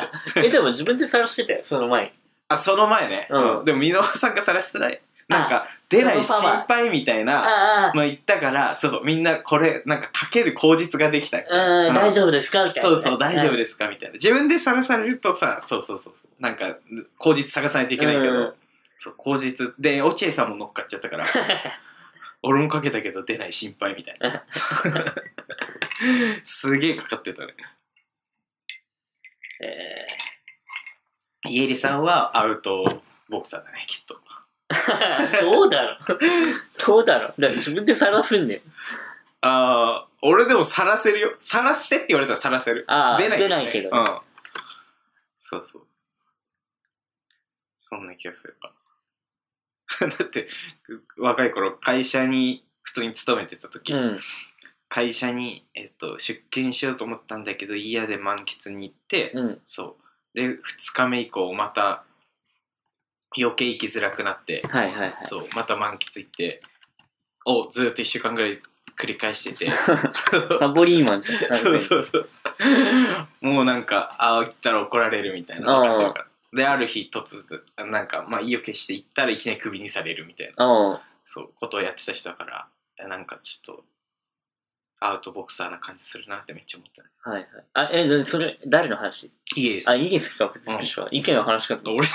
[SPEAKER 3] え、でも自分で探してたよ、その前に。
[SPEAKER 2] あ、その前ね。
[SPEAKER 3] うん
[SPEAKER 2] うんでも箕輪さんがさらしてない。なんか、出ない
[SPEAKER 3] そのパワ
[SPEAKER 2] 心
[SPEAKER 3] ー
[SPEAKER 2] 配みたいな
[SPEAKER 3] あ
[SPEAKER 2] の言ったから、そう、みんなこれ、なんかかける口実ができた。
[SPEAKER 3] あ、うん、大丈夫ですかみたいな
[SPEAKER 2] そ
[SPEAKER 3] ね。
[SPEAKER 2] うそう、大丈夫ですかみたいな。自分で探されるとさ、そうそうそうそう。なんか、口実探さないといけないけど、
[SPEAKER 3] うん
[SPEAKER 2] そう、口実。で、落合さんも乗っかっち ゃったから、俺もかけたけど出ない心配みたい な。すげえかかってたね。
[SPEAKER 3] す。え
[SPEAKER 2] 家入さんはアウトボクサーだね、きっと。
[SPEAKER 3] ー どうだろうどうだろうだから自分で探すんだよ。
[SPEAKER 2] ああ、俺でも晒せるよ。晒してって言われたら晒せる。
[SPEAKER 3] あー
[SPEAKER 2] 出ない,、
[SPEAKER 3] 出ないけど
[SPEAKER 2] うん。そうそう。そんな気がする。 だって、若い頃、会社に、普通に勤めてた時、
[SPEAKER 3] うん。
[SPEAKER 2] 会社に、えっと、出勤しようと思ったんだけど、嫌で満喫に行って、
[SPEAKER 3] うん。
[SPEAKER 2] そう。で、2日目以降、また、余計行きづらくなって、
[SPEAKER 3] はいはいはい。
[SPEAKER 2] そう、また満喫行って、をずーっと1週間ぐらい繰り返して て、
[SPEAKER 3] サボリーマンじゃん。
[SPEAKER 2] そうそうそう。もうなんか、ああ、行ったら怒られるみたいな
[SPEAKER 3] あ
[SPEAKER 2] の
[SPEAKER 3] あ
[SPEAKER 2] があったから。で、ある日突然、なんか、まあ、意を決して行ったらいきなりクビにされるみたいな、
[SPEAKER 3] あ
[SPEAKER 2] そう、ことをやってた人だから、なんかちょっと、アウトボクサーな感じするなってめっちゃ思ったね。
[SPEAKER 3] あ、はいはい。あ、え、なそれ、誰の話
[SPEAKER 2] いいです
[SPEAKER 3] あ、。いいですか私は。意見の話かと思っ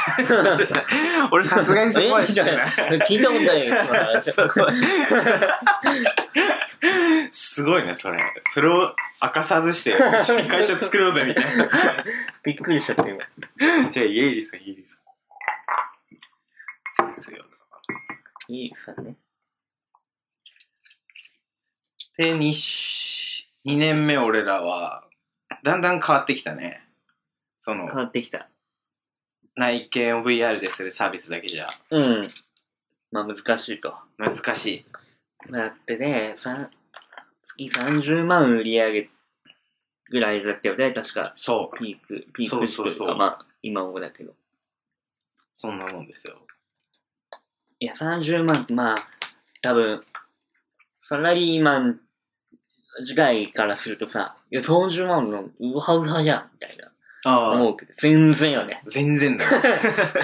[SPEAKER 2] 俺さ、俺さすがにそこまでしてない。
[SPEAKER 3] え聞いたことないよその話
[SPEAKER 2] そこ すごいね、それ。それを明かさずして、一緒に会社作ろうぜ、みたいな。
[SPEAKER 3] た。びっくりしちゃった今。
[SPEAKER 2] じゃあ、家入りさん、家入りさん。そうですよ。
[SPEAKER 3] いいですかね。
[SPEAKER 2] で、2し、二年目俺らは、だんだん変わってきたね。その
[SPEAKER 3] 変、わってきた。
[SPEAKER 2] 内見を VR でするサービスだけじゃ
[SPEAKER 3] うん。まあ難しいと。
[SPEAKER 2] 難しい。
[SPEAKER 3] だってね、さん月30万売り上げぐらいだったよね、確か。
[SPEAKER 2] そう。
[SPEAKER 3] ピーク、ピー
[SPEAKER 2] そう
[SPEAKER 3] ク
[SPEAKER 2] そう
[SPEAKER 3] 時
[SPEAKER 2] そ
[SPEAKER 3] という
[SPEAKER 2] う
[SPEAKER 3] か、まあ、今もだけど。
[SPEAKER 2] そんなもんですよ。
[SPEAKER 3] いや、30万って、まあ、多分、サラリーマン時代からするとさ、いや、30万のウハウハじゃん、みたいな。
[SPEAKER 2] ああ、
[SPEAKER 3] 思うけど、全然よね。
[SPEAKER 2] 全然だよ。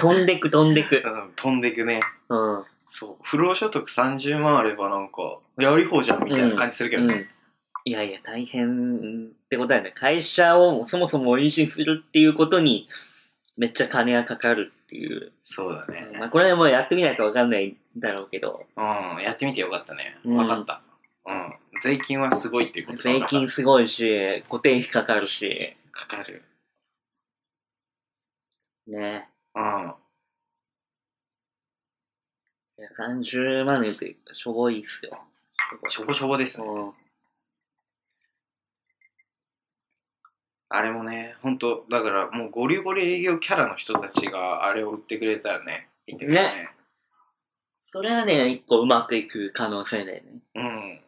[SPEAKER 3] 飛んでく、飛んでく。
[SPEAKER 2] うん飛んでいくね。
[SPEAKER 3] うん。
[SPEAKER 2] そう。不労所得30万あればなんか、やり方じゃんみたいな感じするけどね。
[SPEAKER 3] うんいやいや、大変ってことだよね。会社をそもそも維持するっていうことに、めっちゃ金がかかるっていう。
[SPEAKER 2] そうだね。
[SPEAKER 3] まあ、これはもうやってみないとわかんないだろうけど、
[SPEAKER 2] うん、やってみてよかったね。
[SPEAKER 3] うん
[SPEAKER 2] わかった。うん。税金はすごいっていうことが
[SPEAKER 3] 税
[SPEAKER 2] 分かった
[SPEAKER 3] 金すごいし、固定費かかるし、
[SPEAKER 2] かかる。
[SPEAKER 3] ね。
[SPEAKER 2] うん。
[SPEAKER 3] いや30万円ってしょぼいっすよ。
[SPEAKER 2] しょぼしょぼですね。
[SPEAKER 3] うん。
[SPEAKER 2] あれもね、ほんと、だからもうゴリゴリ営業キャラの人たちがあれを売ってくれたらね、いいんだよね。
[SPEAKER 3] それはね、一個うまくいく可能性だよね。
[SPEAKER 2] うん。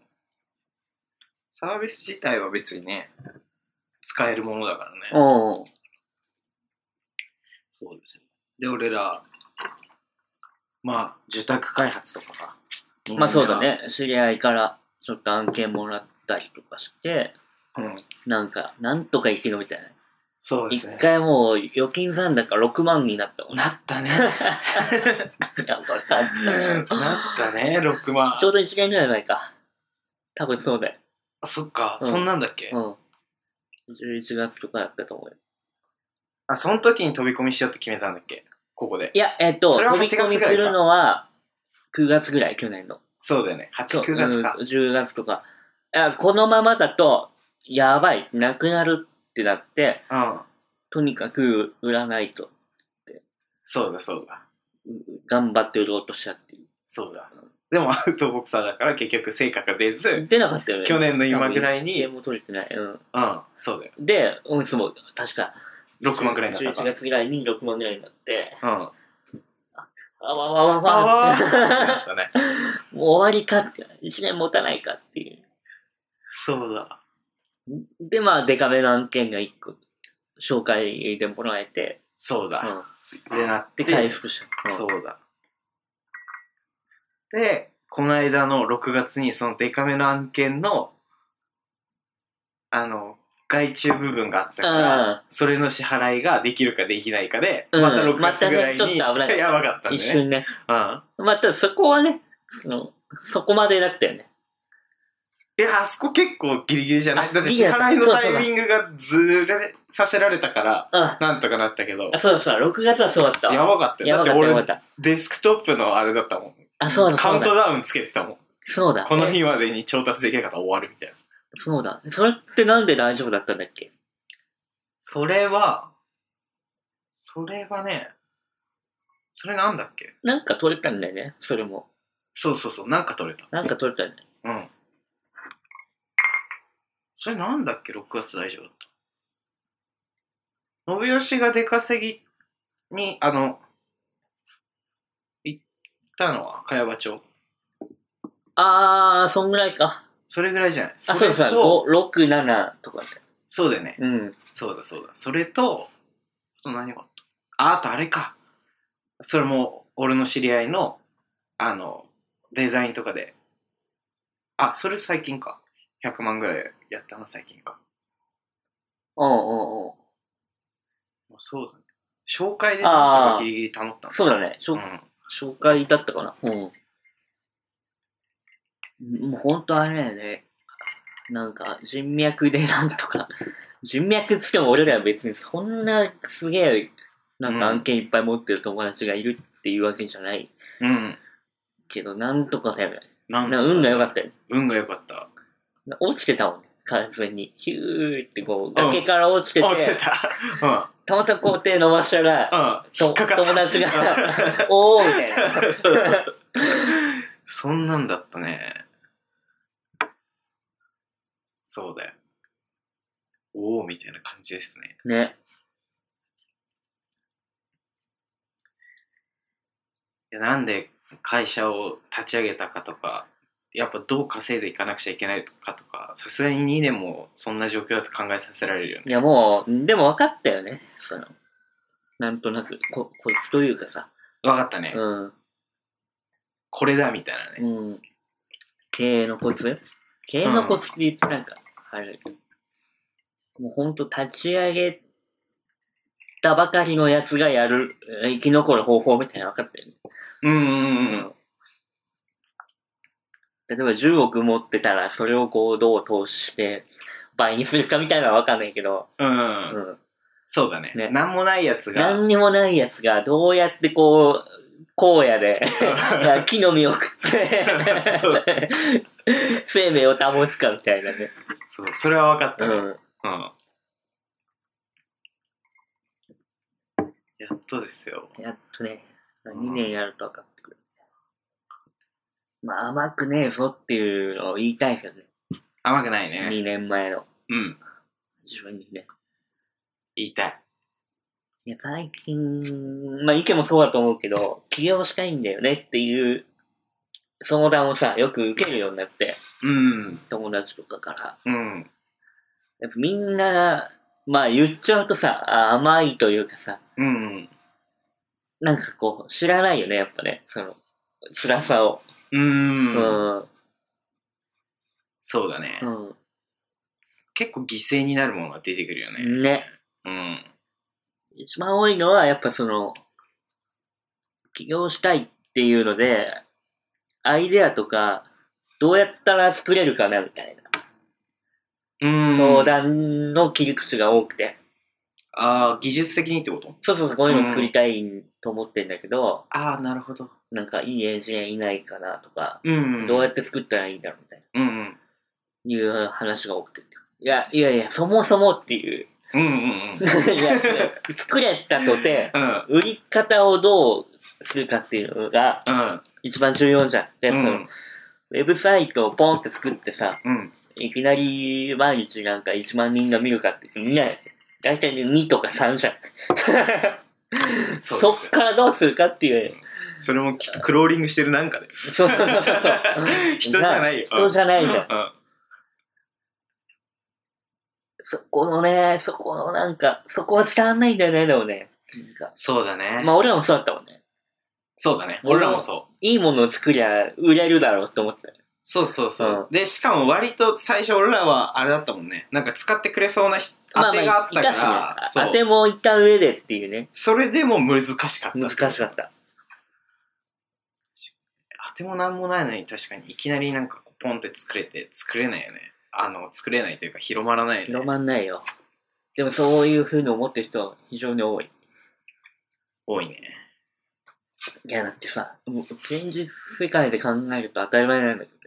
[SPEAKER 2] サービス自体は別にね、使えるものだからね。
[SPEAKER 3] うん。
[SPEAKER 2] そうですよ。で、俺ら、まあ、受託開発とかか。
[SPEAKER 3] まあそうだ。ね。知り合いからちょっと案件もらったりとかして、
[SPEAKER 2] うん。
[SPEAKER 3] なんか、なんとか生き延びたいな。
[SPEAKER 2] そうです
[SPEAKER 3] 一
[SPEAKER 2] ね。
[SPEAKER 3] 回もう預金残高6万になったもんね。
[SPEAKER 2] なったね。
[SPEAKER 3] やばかった よ。
[SPEAKER 2] なったね、6万
[SPEAKER 3] ち。ょうど1年ぐらい前か。多分そうだよ。
[SPEAKER 2] あそっか、
[SPEAKER 3] うん
[SPEAKER 2] そんなんだっけ、
[SPEAKER 3] うん。11月とかだったと思うよ。
[SPEAKER 2] あ、その時に飛び込みしようって決めたんだっけここで。
[SPEAKER 3] いや、えっと、
[SPEAKER 2] それは
[SPEAKER 3] 飛び
[SPEAKER 2] 8月ぐら
[SPEAKER 3] 込
[SPEAKER 2] いか
[SPEAKER 3] みするのは9月ぐらい、去年の。
[SPEAKER 2] そうだよね。
[SPEAKER 3] そ
[SPEAKER 2] 8、
[SPEAKER 3] う
[SPEAKER 2] 9月か
[SPEAKER 3] う。ん10月とか。いやこのままだと、やばい、なくなるってなって、
[SPEAKER 2] うん。
[SPEAKER 3] とにかく売らないと。
[SPEAKER 2] そうだ、そうだ。
[SPEAKER 3] 頑張って売ろうとしたっていう。
[SPEAKER 2] そうだ。でも、アウトボクサーだから結局成果が出ず、
[SPEAKER 3] 出なかったよね。
[SPEAKER 2] 去年の今ぐらいに
[SPEAKER 3] 多分一円も取れてない。うん。
[SPEAKER 2] うん、そうだよ。
[SPEAKER 3] で、うん、そも、確か。
[SPEAKER 2] 6万ぐらいになった
[SPEAKER 3] 11
[SPEAKER 2] から。
[SPEAKER 3] 月ぐらいに6万ぐらいになって、
[SPEAKER 2] うん。
[SPEAKER 3] あわわわわ
[SPEAKER 2] あ
[SPEAKER 3] って
[SPEAKER 2] あ、だね。
[SPEAKER 3] もう終わりかって、1年持たないかってい
[SPEAKER 2] そうだ。
[SPEAKER 3] う。で、まあ、デカめの案件が1個、紹介でもらえて、
[SPEAKER 2] そう
[SPEAKER 3] う
[SPEAKER 2] だ。
[SPEAKER 3] ん。
[SPEAKER 2] で、なって。
[SPEAKER 3] で、回復した。うん
[SPEAKER 2] そうだ。で、この間の6月にそのデカめの案件の、あの、外注部分があったか
[SPEAKER 3] うん
[SPEAKER 2] ら、それの支払いができるかできないかで、
[SPEAKER 3] うん
[SPEAKER 2] また6月ぐらい
[SPEAKER 3] またね
[SPEAKER 2] に、
[SPEAKER 3] ちょっと危なかった
[SPEAKER 2] やばかったね。
[SPEAKER 3] 一瞬ね。
[SPEAKER 2] うん。
[SPEAKER 3] まあ、ただそこはね、その、そこまでだったよね。
[SPEAKER 2] いや、あそこ結構ギリギリじゃない
[SPEAKER 3] あ
[SPEAKER 2] だって
[SPEAKER 3] ギ
[SPEAKER 2] 支
[SPEAKER 3] リだった
[SPEAKER 2] 払いの
[SPEAKER 3] そう
[SPEAKER 2] タ
[SPEAKER 3] そう
[SPEAKER 2] イミングがずれさせられたから、
[SPEAKER 3] うん。
[SPEAKER 2] なんとかなったけど
[SPEAKER 3] あ、、そうだそうだ、6月はそうだったわ。
[SPEAKER 2] やばかったよ。
[SPEAKER 3] や
[SPEAKER 2] だ
[SPEAKER 3] ばか
[SPEAKER 2] って
[SPEAKER 3] った、やば
[SPEAKER 2] 俺、
[SPEAKER 3] かった。
[SPEAKER 2] デスクトップのあれだったもん。
[SPEAKER 3] あ、そうだ、
[SPEAKER 2] カ
[SPEAKER 3] そ
[SPEAKER 2] ウ
[SPEAKER 3] う
[SPEAKER 2] ント
[SPEAKER 3] だ。
[SPEAKER 2] ダウンつけてたもん。
[SPEAKER 3] そうだ。
[SPEAKER 2] この
[SPEAKER 3] え
[SPEAKER 2] 日までに調達できなかったら終わるみたいな。
[SPEAKER 3] そうだ。それってなんで大丈夫だったんだっけ
[SPEAKER 2] それは、それがね、それなんだっけ
[SPEAKER 3] なんか取れたんだよね、それも。
[SPEAKER 2] そうそうそう、なんか取れた。
[SPEAKER 3] なんか取れたんだよね
[SPEAKER 2] うん。それなんだっけ ?6 月大丈夫だった。信義が出稼ぎに、あの、いったのは茅場町
[SPEAKER 3] あー、そんぐらいか。
[SPEAKER 2] それぐらいじゃないそ
[SPEAKER 3] あ、
[SPEAKER 2] れ
[SPEAKER 3] そう
[SPEAKER 2] と
[SPEAKER 3] ですそう。5、6、7とかで。
[SPEAKER 2] そうだよね
[SPEAKER 3] うん。
[SPEAKER 2] そうだそうだそれとあと何があったああとあれかそれも俺の知り合いのあのデザインとかであそれ最近か100万ぐらいやったの最近か
[SPEAKER 3] おうんうんうん。
[SPEAKER 2] もうそうだね紹介でなんと
[SPEAKER 3] あ
[SPEAKER 2] か
[SPEAKER 3] ー
[SPEAKER 2] ギリギリ保ったの
[SPEAKER 3] そうだね。しょ
[SPEAKER 2] うん
[SPEAKER 3] 紹介だったかな。うん。もうほんとあれだよね。なんか、人脈で なんとか。人脈つっても俺らは別にそんなすげえ、なんか案件いっぱい持ってる友達がいるっていうわけじゃない
[SPEAKER 2] うん
[SPEAKER 3] けど、なんとかだよね。な
[SPEAKER 2] な
[SPEAKER 3] んん
[SPEAKER 2] と
[SPEAKER 3] か
[SPEAKER 2] か
[SPEAKER 3] 運が良かったよ。
[SPEAKER 2] 運が良かった
[SPEAKER 3] な落ちてたもんね。完全に。ヒューってこう、崖から落ちてて、
[SPEAKER 2] 落ちてたうんうん
[SPEAKER 3] たまたまこう手伸ばしたら、と
[SPEAKER 2] 引っかかった
[SPEAKER 3] 友 達が、 おーみたいな。
[SPEAKER 2] そんなんだったね。そうだよ。おおみたいな感じですね。
[SPEAKER 3] ね。
[SPEAKER 2] いやなんで会社を立ち上げたかとか、やっぱどう稼いでいかなくちゃいけないかとか、さすがに2年もそんな状況だと考えさせられるよね。
[SPEAKER 3] いやもう、でも分かったよね。その、なんとなく、こ、こいつというかさ。
[SPEAKER 2] わかったね。
[SPEAKER 3] うん。
[SPEAKER 2] これだみたいなね。
[SPEAKER 3] うん。経営のコツ経営のコツって言ってなんか、あれ、もうほんと立ち上げたばかりのやつがやる、えー生き残る方法みたいなの分かったよね。
[SPEAKER 2] うんうんう
[SPEAKER 3] そ
[SPEAKER 2] ん。
[SPEAKER 3] の例えば10億持ってたら、それをこう、どう投資して、倍にするかみたいなのは分かんないけど、
[SPEAKER 2] うん
[SPEAKER 3] う
[SPEAKER 2] うん。
[SPEAKER 3] ん。
[SPEAKER 2] そうだね。
[SPEAKER 3] ね
[SPEAKER 2] なんもないやつが。
[SPEAKER 3] 何にもないやつが、どうやってこう、荒野で、 木の実を食って
[SPEAKER 2] そう、
[SPEAKER 3] 生命を保つかみたいなね。
[SPEAKER 2] そう、それは分かった
[SPEAKER 3] う
[SPEAKER 2] ね。
[SPEAKER 3] ん。
[SPEAKER 2] うん。やっとですよ。
[SPEAKER 3] やっとね、
[SPEAKER 2] ん
[SPEAKER 3] 2年やると分かってくる。まあ甘くねえぞっていうのを言いたいけどね。
[SPEAKER 2] 甘くないね。
[SPEAKER 3] 2年前の
[SPEAKER 2] うん。
[SPEAKER 3] 自分にね。
[SPEAKER 2] 言いたい。
[SPEAKER 3] いや、最近、まあ、意見もそうだと思うけど、起業したいんだよねっていう相談をさ、よく受けるようになって、
[SPEAKER 2] うん。
[SPEAKER 3] 友達とかから。
[SPEAKER 2] うん。
[SPEAKER 3] やっぱみんな、まあ言っちゃうとさ、あ甘いというかさ、
[SPEAKER 2] うん。
[SPEAKER 3] なんかこう、知らないよね、やっぱね、その、辛さを。
[SPEAKER 2] うん
[SPEAKER 3] う。ん。う
[SPEAKER 2] そうだね。
[SPEAKER 3] ん。
[SPEAKER 2] 結構犠牲になるものが出てくるよね。
[SPEAKER 3] ね。
[SPEAKER 2] うん。
[SPEAKER 3] 一番多いのは、やっぱその、起業したいっていうので、アイデアとか、どうやったら作れるかな、みたいな。
[SPEAKER 2] うん。
[SPEAKER 3] 相談の切り口が多くて。
[SPEAKER 2] ああ、技術的にってこと
[SPEAKER 3] そうそうそう、こういうの作りたいと思ってんだけど、
[SPEAKER 2] ああ、なるほど。
[SPEAKER 3] なんかいいエンジニアいないかなとか、
[SPEAKER 2] うん。
[SPEAKER 3] どうや
[SPEAKER 2] て
[SPEAKER 3] って作ったらいいんだろうみたいな。
[SPEAKER 2] うんうん。
[SPEAKER 3] いう話が多くて。いや、いやいや、そもそもって いう。
[SPEAKER 2] うんうんうん。
[SPEAKER 3] いや、作れたとて、
[SPEAKER 2] うん。
[SPEAKER 3] 売り方をどうするかっていうのが
[SPEAKER 2] うん。
[SPEAKER 3] 一番重要じゃん。で、
[SPEAKER 2] う
[SPEAKER 3] その
[SPEAKER 2] ん。
[SPEAKER 3] ウェブサイトをポンって作ってさ、
[SPEAKER 2] うん。
[SPEAKER 3] いきなり毎日なんか1万人が見るかって、みんな、だいたい2とか3じゃん。
[SPEAKER 2] そ
[SPEAKER 3] そう
[SPEAKER 2] で
[SPEAKER 3] っ
[SPEAKER 2] すよ。
[SPEAKER 3] からどうするかっていう。
[SPEAKER 2] それもきっとクローリングしてるなんかで。
[SPEAKER 3] そうそうそうそう。
[SPEAKER 2] 人じゃないよ。
[SPEAKER 3] 人じゃないじゃん。
[SPEAKER 2] うん。
[SPEAKER 3] そこのね、そこのなんか、そこは伝わんないんだよね、でもね。なんか
[SPEAKER 2] そうだね。
[SPEAKER 3] まあ俺らもそうだったもんね。
[SPEAKER 2] そうだね。
[SPEAKER 3] 俺
[SPEAKER 2] 俺
[SPEAKER 3] も
[SPEAKER 2] らもそう。
[SPEAKER 3] いいものを作りゃ売れるだろうと思ったよ。
[SPEAKER 2] そうそうそう。
[SPEAKER 3] うん
[SPEAKER 2] で、しかも割と最初俺らはあれだったもんね。なんか使ってくれそうな人当てがあったから、
[SPEAKER 3] いたし
[SPEAKER 2] そ
[SPEAKER 3] ね。
[SPEAKER 2] う
[SPEAKER 3] あ当てもいた上でっていうね。
[SPEAKER 2] それでも難しかった。
[SPEAKER 3] 難しかった。
[SPEAKER 2] 当てもなんもないのに確かにいきなりなんかポンって作れて作れないよね。あの、作れないというか広まらないよね。
[SPEAKER 3] 広まんないよ。でもそういう風に思ってる人は非常に多い。
[SPEAKER 2] 多いね。
[SPEAKER 3] いや、だってさ、もう現実世界で考えると当たり前なんだけどね。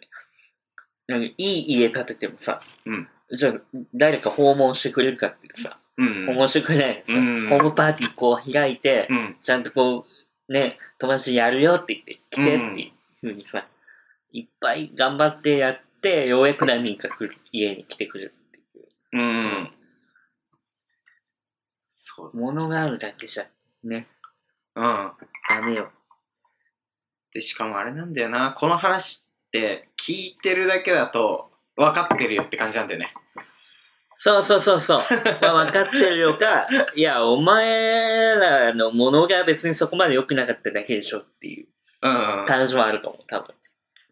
[SPEAKER 3] なんかいい家建ててもさ、
[SPEAKER 2] うん。
[SPEAKER 3] じゃあ誰か訪問してくれるかっていうとさ、
[SPEAKER 2] うん。
[SPEAKER 3] 訪問してくれないのさ、
[SPEAKER 2] うん
[SPEAKER 3] ホームパーティーこう開いて、
[SPEAKER 2] うん。
[SPEAKER 3] ちゃんとこう、ね、友達にやるよって言って、来て
[SPEAKER 2] うん
[SPEAKER 3] っていうふうにさ、いっぱい頑張ってやって、ようやく何人か来る、家に来てくれる。
[SPEAKER 2] うん。そう。
[SPEAKER 3] 物があるだけじゃ、ね、
[SPEAKER 2] うん。
[SPEAKER 3] ダメよ。
[SPEAKER 2] で、しかもあれなんだよな、この話って聞いてるだけだと分かってるよって感じなんだよね。
[SPEAKER 3] そうそうそう そう。まあ、分かってるよか、いや、お前らのものが別にそこまで良くなかっただけでしょっていう
[SPEAKER 2] うん、うん。
[SPEAKER 3] 感じもあると思う、多分。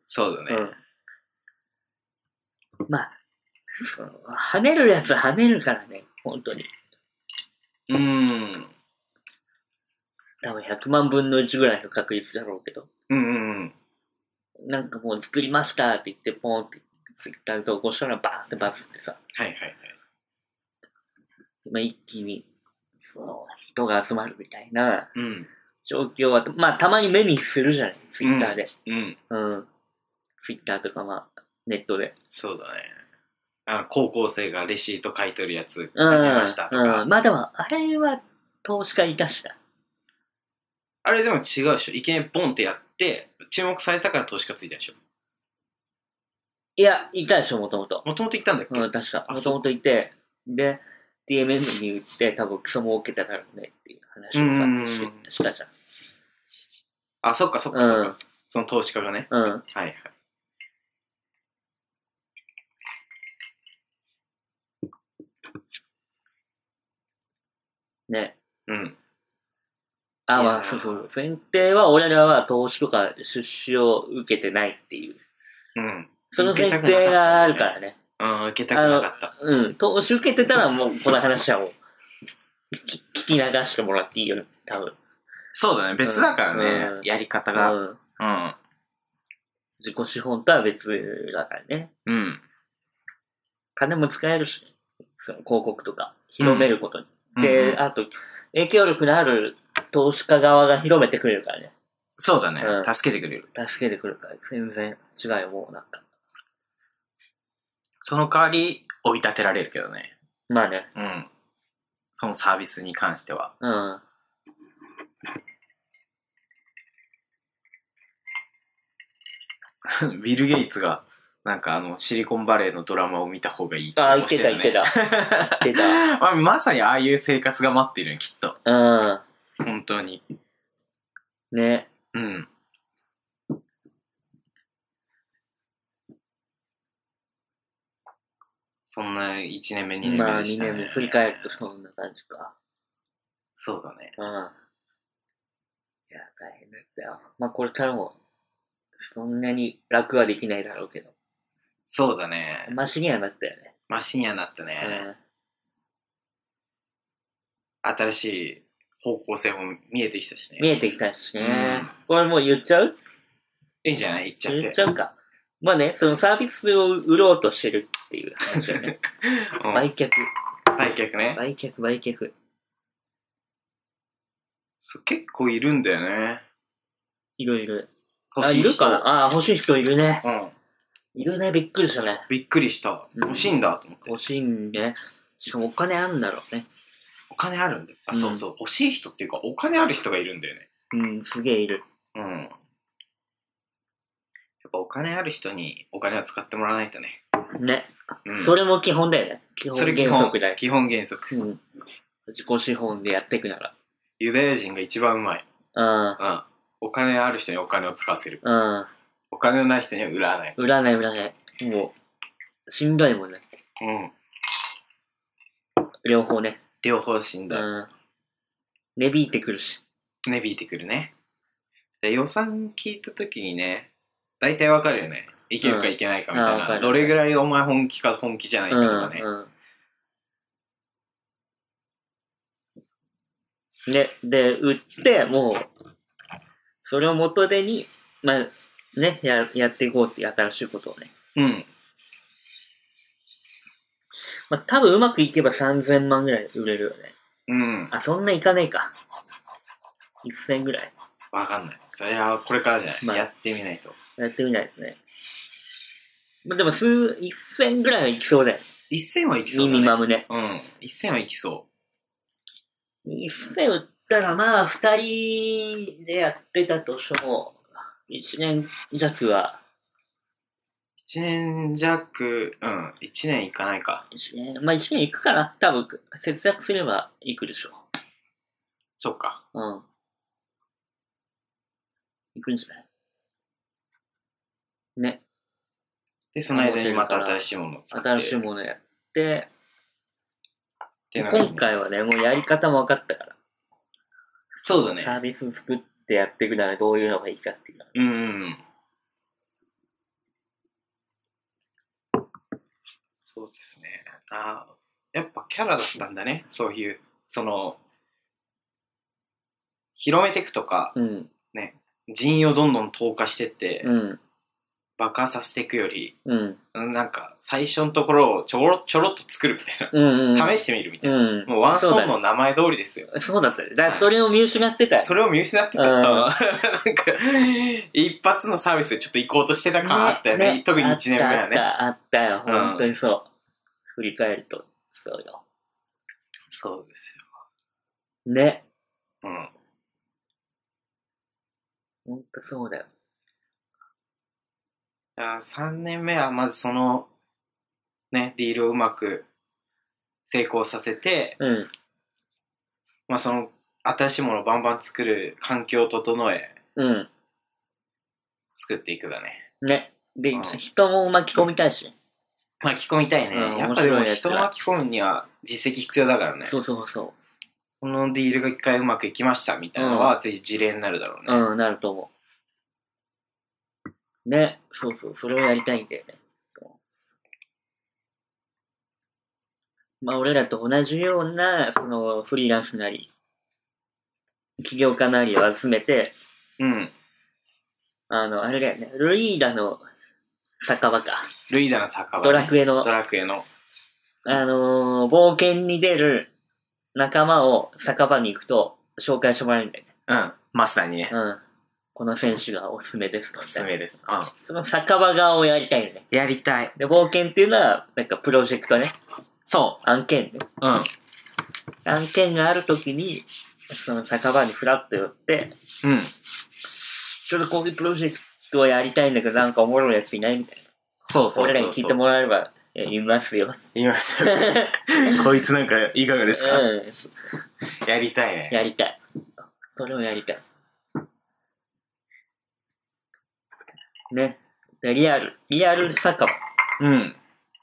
[SPEAKER 2] そうだね。
[SPEAKER 3] うん。まあ、その跳ねるやつは跳ねるからね、本当に。
[SPEAKER 2] うーん。
[SPEAKER 3] 多分100万分の1ぐらいの確率だろうけど。
[SPEAKER 2] うんうんうん。
[SPEAKER 3] なんかもう作りましたって言って、ポンってツイッターに投稿したらバーンってバズってさ、
[SPEAKER 2] はいはいはい。
[SPEAKER 3] まあ、一気に、その、人が集まるみたいな
[SPEAKER 2] うん。
[SPEAKER 3] 状況は、まあたまに目にするじゃない、ツイッターで。
[SPEAKER 2] うん。
[SPEAKER 3] うん。ツイッターとかまあ、ネットで。
[SPEAKER 2] そうだね。あの、高校生がレシート書いとるやつ
[SPEAKER 3] うん。
[SPEAKER 2] 始めましたとか。
[SPEAKER 3] うん。まあでも、あれは投資家いたしな。
[SPEAKER 2] あれでも違うでしょ。いきなりボンってやって、注目されたから投資家ついたでしょ。
[SPEAKER 3] いや、いたでしょ、もともと。
[SPEAKER 2] もともと言ったんだっけ、
[SPEAKER 3] うん、確か。
[SPEAKER 2] あ
[SPEAKER 3] も
[SPEAKER 2] そ
[SPEAKER 3] と
[SPEAKER 2] う
[SPEAKER 3] もといて、で、DMM に売って、多分クソ儲けただろうねっていう
[SPEAKER 2] うんうん
[SPEAKER 3] 話をさ、ししたじゃん。
[SPEAKER 2] あ、そっかそっかそっか。その投資家がね。
[SPEAKER 3] うん。うん。
[SPEAKER 2] はいはい。
[SPEAKER 3] ね。
[SPEAKER 2] うん。
[SPEAKER 3] あ、
[SPEAKER 2] いやー
[SPEAKER 3] まあ、そうそう。前提は、俺らは投資とか出資を受けてないっていう。
[SPEAKER 2] うん。
[SPEAKER 3] その前提があるからね。
[SPEAKER 2] うん、受けたくなかった。
[SPEAKER 3] うん。投資受けてたら、もう、この話はもう、き聞き流してもらっていいよね、多分。
[SPEAKER 2] そうだね。別だからね。
[SPEAKER 3] うん
[SPEAKER 2] やり方が。
[SPEAKER 3] うん。
[SPEAKER 2] うん。
[SPEAKER 3] 自己資本とは別だからね。
[SPEAKER 2] うん。
[SPEAKER 3] 金も使えるし、その広告とか、広めることに。で、
[SPEAKER 2] うん
[SPEAKER 3] あと、影響力のある投資家側が広めてくれるからね。
[SPEAKER 2] そうだね、
[SPEAKER 3] うん
[SPEAKER 2] 助けてくれる。
[SPEAKER 3] 助けてくれるから、全然違いをもうなんか。
[SPEAKER 2] その代わり、追い立てられるけどね。
[SPEAKER 3] まあね、
[SPEAKER 2] うん。そのサービスに関しては。
[SPEAKER 3] うん。
[SPEAKER 2] ビル・ゲイツが、なんかあの、シリコンバレーのドラマを見た方がいいって
[SPEAKER 3] ああ、言
[SPEAKER 2] 押
[SPEAKER 3] っ
[SPEAKER 2] してて
[SPEAKER 3] た
[SPEAKER 2] た
[SPEAKER 3] 言っ
[SPEAKER 2] ね
[SPEAKER 3] てた。言ってた。
[SPEAKER 2] まあ、まさにああいう生活が待ってるよ、きっと。
[SPEAKER 3] う
[SPEAKER 2] 本当に。
[SPEAKER 3] ん。ね。
[SPEAKER 2] うん。そんな1年目、2年
[SPEAKER 3] まあ
[SPEAKER 2] 目で
[SPEAKER 3] 2
[SPEAKER 2] したね。
[SPEAKER 3] 年も振り返るとそんな感じか。
[SPEAKER 2] そうだね。
[SPEAKER 3] うん。いや、大変だったよ。まあこれからも、そんなに楽はできないだろうけど。
[SPEAKER 2] そうだね。
[SPEAKER 3] マシにはなったよね。
[SPEAKER 2] マシにはなったね。新しい方向性も見えてきたし
[SPEAKER 3] うん。見
[SPEAKER 2] ね。
[SPEAKER 3] えてきたしね
[SPEAKER 2] うん。
[SPEAKER 3] これもう言っちゃう
[SPEAKER 2] いいんじゃない行っちゃって。
[SPEAKER 3] 言っちゃうか。まあね、そのサービスを売ろうとしてるっていう話よね。
[SPEAKER 2] うん
[SPEAKER 3] 売却、
[SPEAKER 2] 売却ね。
[SPEAKER 3] 売却、売却。
[SPEAKER 2] そう結構いるんだよね。
[SPEAKER 3] いろいろ。
[SPEAKER 2] 欲
[SPEAKER 3] あ、
[SPEAKER 2] し
[SPEAKER 3] い
[SPEAKER 2] い人。
[SPEAKER 3] るかなあ、欲しい人いるね。
[SPEAKER 2] うん。
[SPEAKER 3] いるね、びっくりしたね。
[SPEAKER 2] びっくりした。
[SPEAKER 3] うん
[SPEAKER 2] 欲しいんだと思って。
[SPEAKER 3] 欲しいんでね。しかもお金あんだろうね。
[SPEAKER 2] お金あるんだよ。あ、
[SPEAKER 3] うん
[SPEAKER 2] そうそう。欲しい人っていうか、お金ある人がいるんだよね。
[SPEAKER 3] うん、すげえいる。
[SPEAKER 2] うん。やっぱお金ある人にお金を使ってもらわないとね。
[SPEAKER 3] ね。
[SPEAKER 2] うん。
[SPEAKER 3] それも基本だよね。基
[SPEAKER 2] それ
[SPEAKER 3] 本
[SPEAKER 2] 基
[SPEAKER 3] 原
[SPEAKER 2] 本
[SPEAKER 3] 則だよ。
[SPEAKER 2] 基本原則。
[SPEAKER 3] うん。自己資本でやっていくな
[SPEAKER 2] ユダヤ人が一番うまい。
[SPEAKER 3] ら。
[SPEAKER 2] うん。お金ある人にお金を使わせる。
[SPEAKER 3] うん。うん。
[SPEAKER 2] お金のない人には売らない。
[SPEAKER 3] 売らない、売らない。もう、しんどいもんね。
[SPEAKER 2] うん。
[SPEAKER 3] 両方ね。
[SPEAKER 2] 両方しんどい。
[SPEAKER 3] うん。値引いてくるし。
[SPEAKER 2] 値引いてくるね。で予算聞いた時にね、大体わかるよね。いけるかいけないかみたい
[SPEAKER 3] うんあーわ
[SPEAKER 2] な。
[SPEAKER 3] かる
[SPEAKER 2] どれぐらいお前本気か本気じゃないかとかね。
[SPEAKER 3] うんうん、ね、で、売って、もう、それを元手に、まあ、ね、や、やっていこうっていう新しいことをね。
[SPEAKER 2] うん。
[SPEAKER 3] まあ、多分うまくいけば3000万ぐらい売れるよね。
[SPEAKER 2] うん。
[SPEAKER 3] あ、そんないかないか。1000ぐらい。
[SPEAKER 2] わかんない。それはこれからじゃない。
[SPEAKER 3] まあ
[SPEAKER 2] やってみないと。
[SPEAKER 3] やってみないとね。まあ、でも、数、1000ぐらいはいきそうだよ。
[SPEAKER 2] 一戦はいきそう
[SPEAKER 3] ミ
[SPEAKER 2] だ
[SPEAKER 3] ニマ
[SPEAKER 2] ね。
[SPEAKER 3] ムね。
[SPEAKER 2] うん。一戦はいきそ
[SPEAKER 3] 1000売ったら、まあ、2人でやってたとしても、1年弱は、
[SPEAKER 2] う。一年弱、うん。一年いかないか。
[SPEAKER 3] 一年まあ1年行くかな。多分、節約すれば行くでしょ
[SPEAKER 2] そっか。
[SPEAKER 3] う。うん。行くんじゃないね、
[SPEAKER 2] で、その間にまた新しいものを作って。
[SPEAKER 3] 新しいものやって、
[SPEAKER 2] っていうのがね
[SPEAKER 3] 今回はね、もうやり方も分かったから、
[SPEAKER 2] そうだね。
[SPEAKER 3] サービス作ってやっていくならどういうのがいいかっていうのは
[SPEAKER 2] うんうんうん。そうですね。あーやっぱキャラだったんだね。そういう、その、広めていくとか、
[SPEAKER 3] うん、
[SPEAKER 2] 人員をどんどん投下してって、
[SPEAKER 3] うん、
[SPEAKER 2] 爆破させていくより、
[SPEAKER 3] うん、
[SPEAKER 2] うんなんか、最初のところをちょろちょろっと作るみたい
[SPEAKER 3] うん、うん。
[SPEAKER 2] な。試してみるみたいな。
[SPEAKER 3] うん。
[SPEAKER 2] もうワンストー
[SPEAKER 3] そ
[SPEAKER 2] ンの
[SPEAKER 3] う
[SPEAKER 2] 名前通りですよ。
[SPEAKER 3] だそうだったね。だからそれを見失ってたよ。
[SPEAKER 2] それを見失ってた。
[SPEAKER 3] うん
[SPEAKER 2] なんか、一発のサービスでちょっと行こうとしてた感あったよね。特に1年目はね
[SPEAKER 3] あっ。た、あったよ。
[SPEAKER 2] うん
[SPEAKER 3] 本当にそう。振り返ると、そうよ。
[SPEAKER 2] そうです
[SPEAKER 3] ね。
[SPEAKER 2] よ。うん。
[SPEAKER 3] 本当そうだよ。
[SPEAKER 2] あ3年目はまずその、ね、ディールをうまく成功させて、
[SPEAKER 3] うん、
[SPEAKER 2] まあその、新しいものをバンバン作る環境を整え、
[SPEAKER 3] うん。
[SPEAKER 2] 作っていくだね。
[SPEAKER 3] ね。で、
[SPEAKER 2] うん
[SPEAKER 3] 人も巻き込みたいしね。
[SPEAKER 2] 巻き込みたいね。
[SPEAKER 3] うん
[SPEAKER 2] やっぱでも
[SPEAKER 3] 面白いやつ
[SPEAKER 2] 人
[SPEAKER 3] だ
[SPEAKER 2] を巻き込むには実績必要だからね。
[SPEAKER 3] そうそうそ
[SPEAKER 2] このディールが一回うまくいきましたみたいなのは、ぜひ事例になるだろうね。
[SPEAKER 3] う。うん、なると思う。ね。そうそう、それをやりたいんだよね。まあ、俺らと同じような、その、フリーランスなり、起業家なりを集めて、
[SPEAKER 2] うん。
[SPEAKER 3] あの、あれだよね、ルイーダの酒場か。
[SPEAKER 2] ルイダの酒場、
[SPEAKER 3] ドラクエの
[SPEAKER 2] ド、ラクエの。
[SPEAKER 3] あのー冒険に出る仲間を酒場に行くと紹介してもらえるんだよね。
[SPEAKER 2] うん。マスターにね。
[SPEAKER 3] うん。この選手がおすすめですと
[SPEAKER 2] おすすめです。うん。
[SPEAKER 3] その酒場側をやりたいよね。
[SPEAKER 2] やりたい。
[SPEAKER 3] で、冒険っていうのは、なんかプロジェクトね。
[SPEAKER 2] そ
[SPEAKER 3] 案件ね。
[SPEAKER 2] う。うん。
[SPEAKER 3] 案件があるときに、その酒場にフラッと寄って、
[SPEAKER 2] うん。
[SPEAKER 3] ちょうどこういうプロジェクトをやりたいんだけど、なんかおもろいやついないみたいな。
[SPEAKER 2] そうそうそうそう。
[SPEAKER 3] 俺らに聞いてもらえれば、えいますよ。
[SPEAKER 2] 言い ました。 こいつなんかいかがですか、
[SPEAKER 3] うん
[SPEAKER 2] やりたいね。
[SPEAKER 3] やりたい。それをやりたい。ね。でリアル、リアル酒場。
[SPEAKER 2] うん。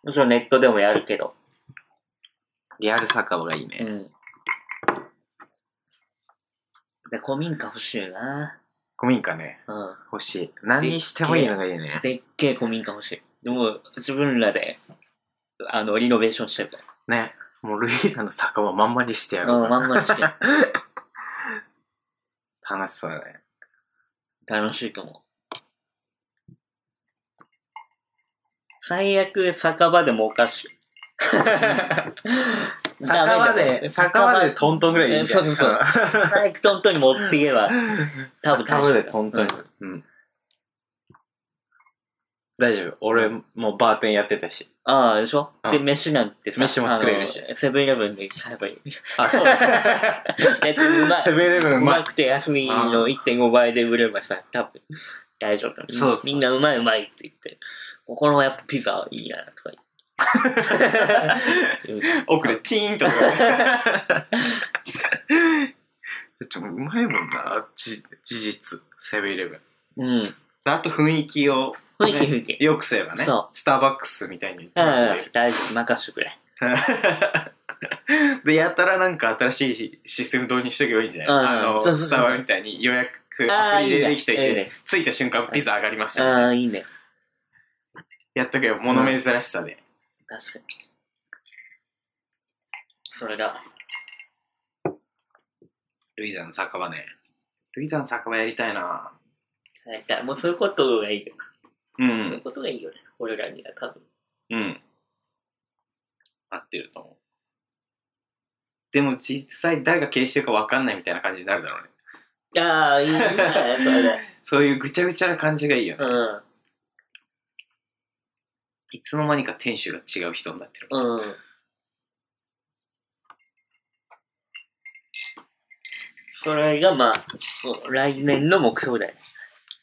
[SPEAKER 3] もちろんネットでもやるけど。
[SPEAKER 2] リアル酒場がいいうね。
[SPEAKER 3] ん。で、古民家欲しいな。
[SPEAKER 2] 古民家ね。
[SPEAKER 3] うん。
[SPEAKER 2] 欲しい。何にしてもいいのがいいね。
[SPEAKER 3] でっけえ古民家欲しい。でも、自分らで、あの、リノベーションしてるか
[SPEAKER 2] ね。もうルイーダの酒場まんまにしてや
[SPEAKER 3] ら。
[SPEAKER 2] ろ
[SPEAKER 3] う、
[SPEAKER 2] うんか
[SPEAKER 3] まんまにして。
[SPEAKER 2] な。楽しそうだね。
[SPEAKER 3] 楽しいと思う。最悪、酒場でもおか しい。
[SPEAKER 2] 酒場で、酒場でトントンぐらいいいんじゃない
[SPEAKER 3] そうそう
[SPEAKER 2] そう。
[SPEAKER 3] 最悪トントンに持ってい けば、多分
[SPEAKER 2] 酒
[SPEAKER 3] 大丈夫
[SPEAKER 2] 場でトントンにする。うん。大丈夫。俺もうバーテンやってたし。
[SPEAKER 3] ああ、でしょ、
[SPEAKER 2] うん
[SPEAKER 3] で、飯なんてさ
[SPEAKER 2] 飯も作れるし
[SPEAKER 3] あのセブンイレブンで買えばいい。
[SPEAKER 2] あ、 そう。
[SPEAKER 3] えっと、うまい
[SPEAKER 2] セ。ブンイレブンう
[SPEAKER 3] う
[SPEAKER 2] まい
[SPEAKER 3] まくて安いの1.5倍で売ればさ、多分大丈夫。
[SPEAKER 2] そうそうそう
[SPEAKER 3] みんなうまいうまいって言って。ここのやっぱピザはいいなとか言って。
[SPEAKER 2] 奥でチーンとか。ちょうまいもんな、じ事実、セブンイレブン。
[SPEAKER 3] うん。
[SPEAKER 2] あと雰囲気を、
[SPEAKER 3] 雰囲気雰囲気。
[SPEAKER 2] よくすればね
[SPEAKER 3] そう、
[SPEAKER 2] スターバックスみたいに
[SPEAKER 3] うん、
[SPEAKER 2] 食べれる
[SPEAKER 3] 大丈夫、任してくれ。
[SPEAKER 2] で、やたらなんか新しいシステム導入しとけばいいんじゃない
[SPEAKER 3] うん
[SPEAKER 2] あ
[SPEAKER 3] そうそうそ
[SPEAKER 2] の、
[SPEAKER 3] う
[SPEAKER 2] スタバみたいに予約
[SPEAKER 3] あ
[SPEAKER 2] ア
[SPEAKER 3] ー
[SPEAKER 2] プリでできとい
[SPEAKER 3] いいねいい
[SPEAKER 2] て
[SPEAKER 3] ね、
[SPEAKER 2] 着いた瞬間ピザ上がりましたよ
[SPEAKER 3] ああ、いいね。
[SPEAKER 2] やっとけば物珍しさで。
[SPEAKER 3] 確かに。それだ。
[SPEAKER 2] ルイダの酒場ね。ルイダの酒場やりたいな
[SPEAKER 3] やりたい。もうそういうことがいいよ。
[SPEAKER 2] う。
[SPEAKER 3] そういうんことがいいよね。俺らには多分。
[SPEAKER 2] うん。合ってると思う。でも実際誰が経営してるか分かんないみたいな感じになるだろうね。
[SPEAKER 3] ああ、いいね。それで。
[SPEAKER 2] そういうぐちゃぐちゃな感じがいいよね。
[SPEAKER 3] うん。
[SPEAKER 2] いつの間にか店主が違う人になってる。
[SPEAKER 3] うん。それがまあ、来年の目標だよね。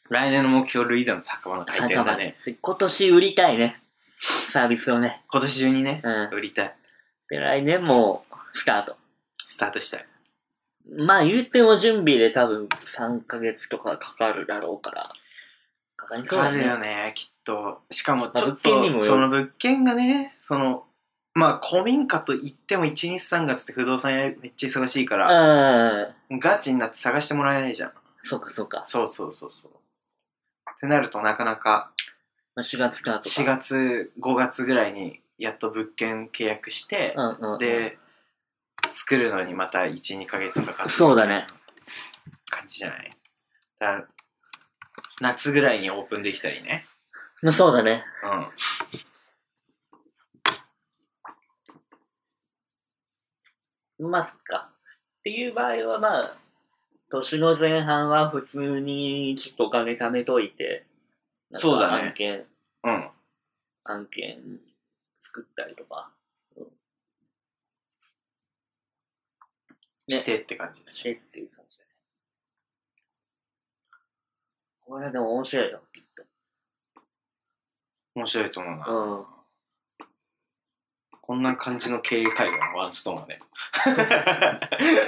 [SPEAKER 2] 来年の目標、ルイダの酒場の開
[SPEAKER 3] 酒
[SPEAKER 2] 店
[SPEAKER 3] 場
[SPEAKER 2] だね
[SPEAKER 3] ね。。で今年売りたいね。サービスをね。
[SPEAKER 2] 今年中にね、
[SPEAKER 3] うん。
[SPEAKER 2] 売りたい。
[SPEAKER 3] で、来年もスタート。
[SPEAKER 2] スタートしたい。
[SPEAKER 3] まあ、言うても準備で多分3ヶ月とかかかるだろうから。かかりそう
[SPEAKER 2] か
[SPEAKER 3] だ
[SPEAKER 2] るよ
[SPEAKER 3] ね。
[SPEAKER 2] ね、きっと。しかも、ち
[SPEAKER 3] まあ
[SPEAKER 2] ょっ
[SPEAKER 3] 物件にも
[SPEAKER 2] と、
[SPEAKER 3] よる
[SPEAKER 2] その物件がね、その、まあ、古民家と言っても1、2、3月って不動産屋めっちゃ忙しいから、
[SPEAKER 3] ああ、
[SPEAKER 2] ガチになって探してもらえないじゃん。
[SPEAKER 3] そうかそうか。
[SPEAKER 2] そうそうそうそう。ってなると、なかなか、
[SPEAKER 3] まあ、4月からとか。
[SPEAKER 2] 4月、5月ぐらいに、やっと物件契約して、
[SPEAKER 3] うんうん。
[SPEAKER 2] で、作るのにまた1、2ヶ月かかる。
[SPEAKER 3] そうだね。
[SPEAKER 2] 感じじゃないだから夏ぐらいにオープンできたりね。
[SPEAKER 3] まあ、そうだね。
[SPEAKER 2] うん。
[SPEAKER 3] まあ、そっか。っていう場合は、まあ、年の前半は普通にちょっとお金貯めといて、なんか
[SPEAKER 2] そうだね
[SPEAKER 3] 案件、
[SPEAKER 2] うん。
[SPEAKER 3] 案件作ったりとかね
[SPEAKER 2] してって感じです
[SPEAKER 3] し
[SPEAKER 2] よ。
[SPEAKER 3] てっていう感じだね。これでも面白いよ、きっ
[SPEAKER 2] 面白いと思うな。
[SPEAKER 3] と。
[SPEAKER 2] こんな感じの経営会話のワンストーンはね。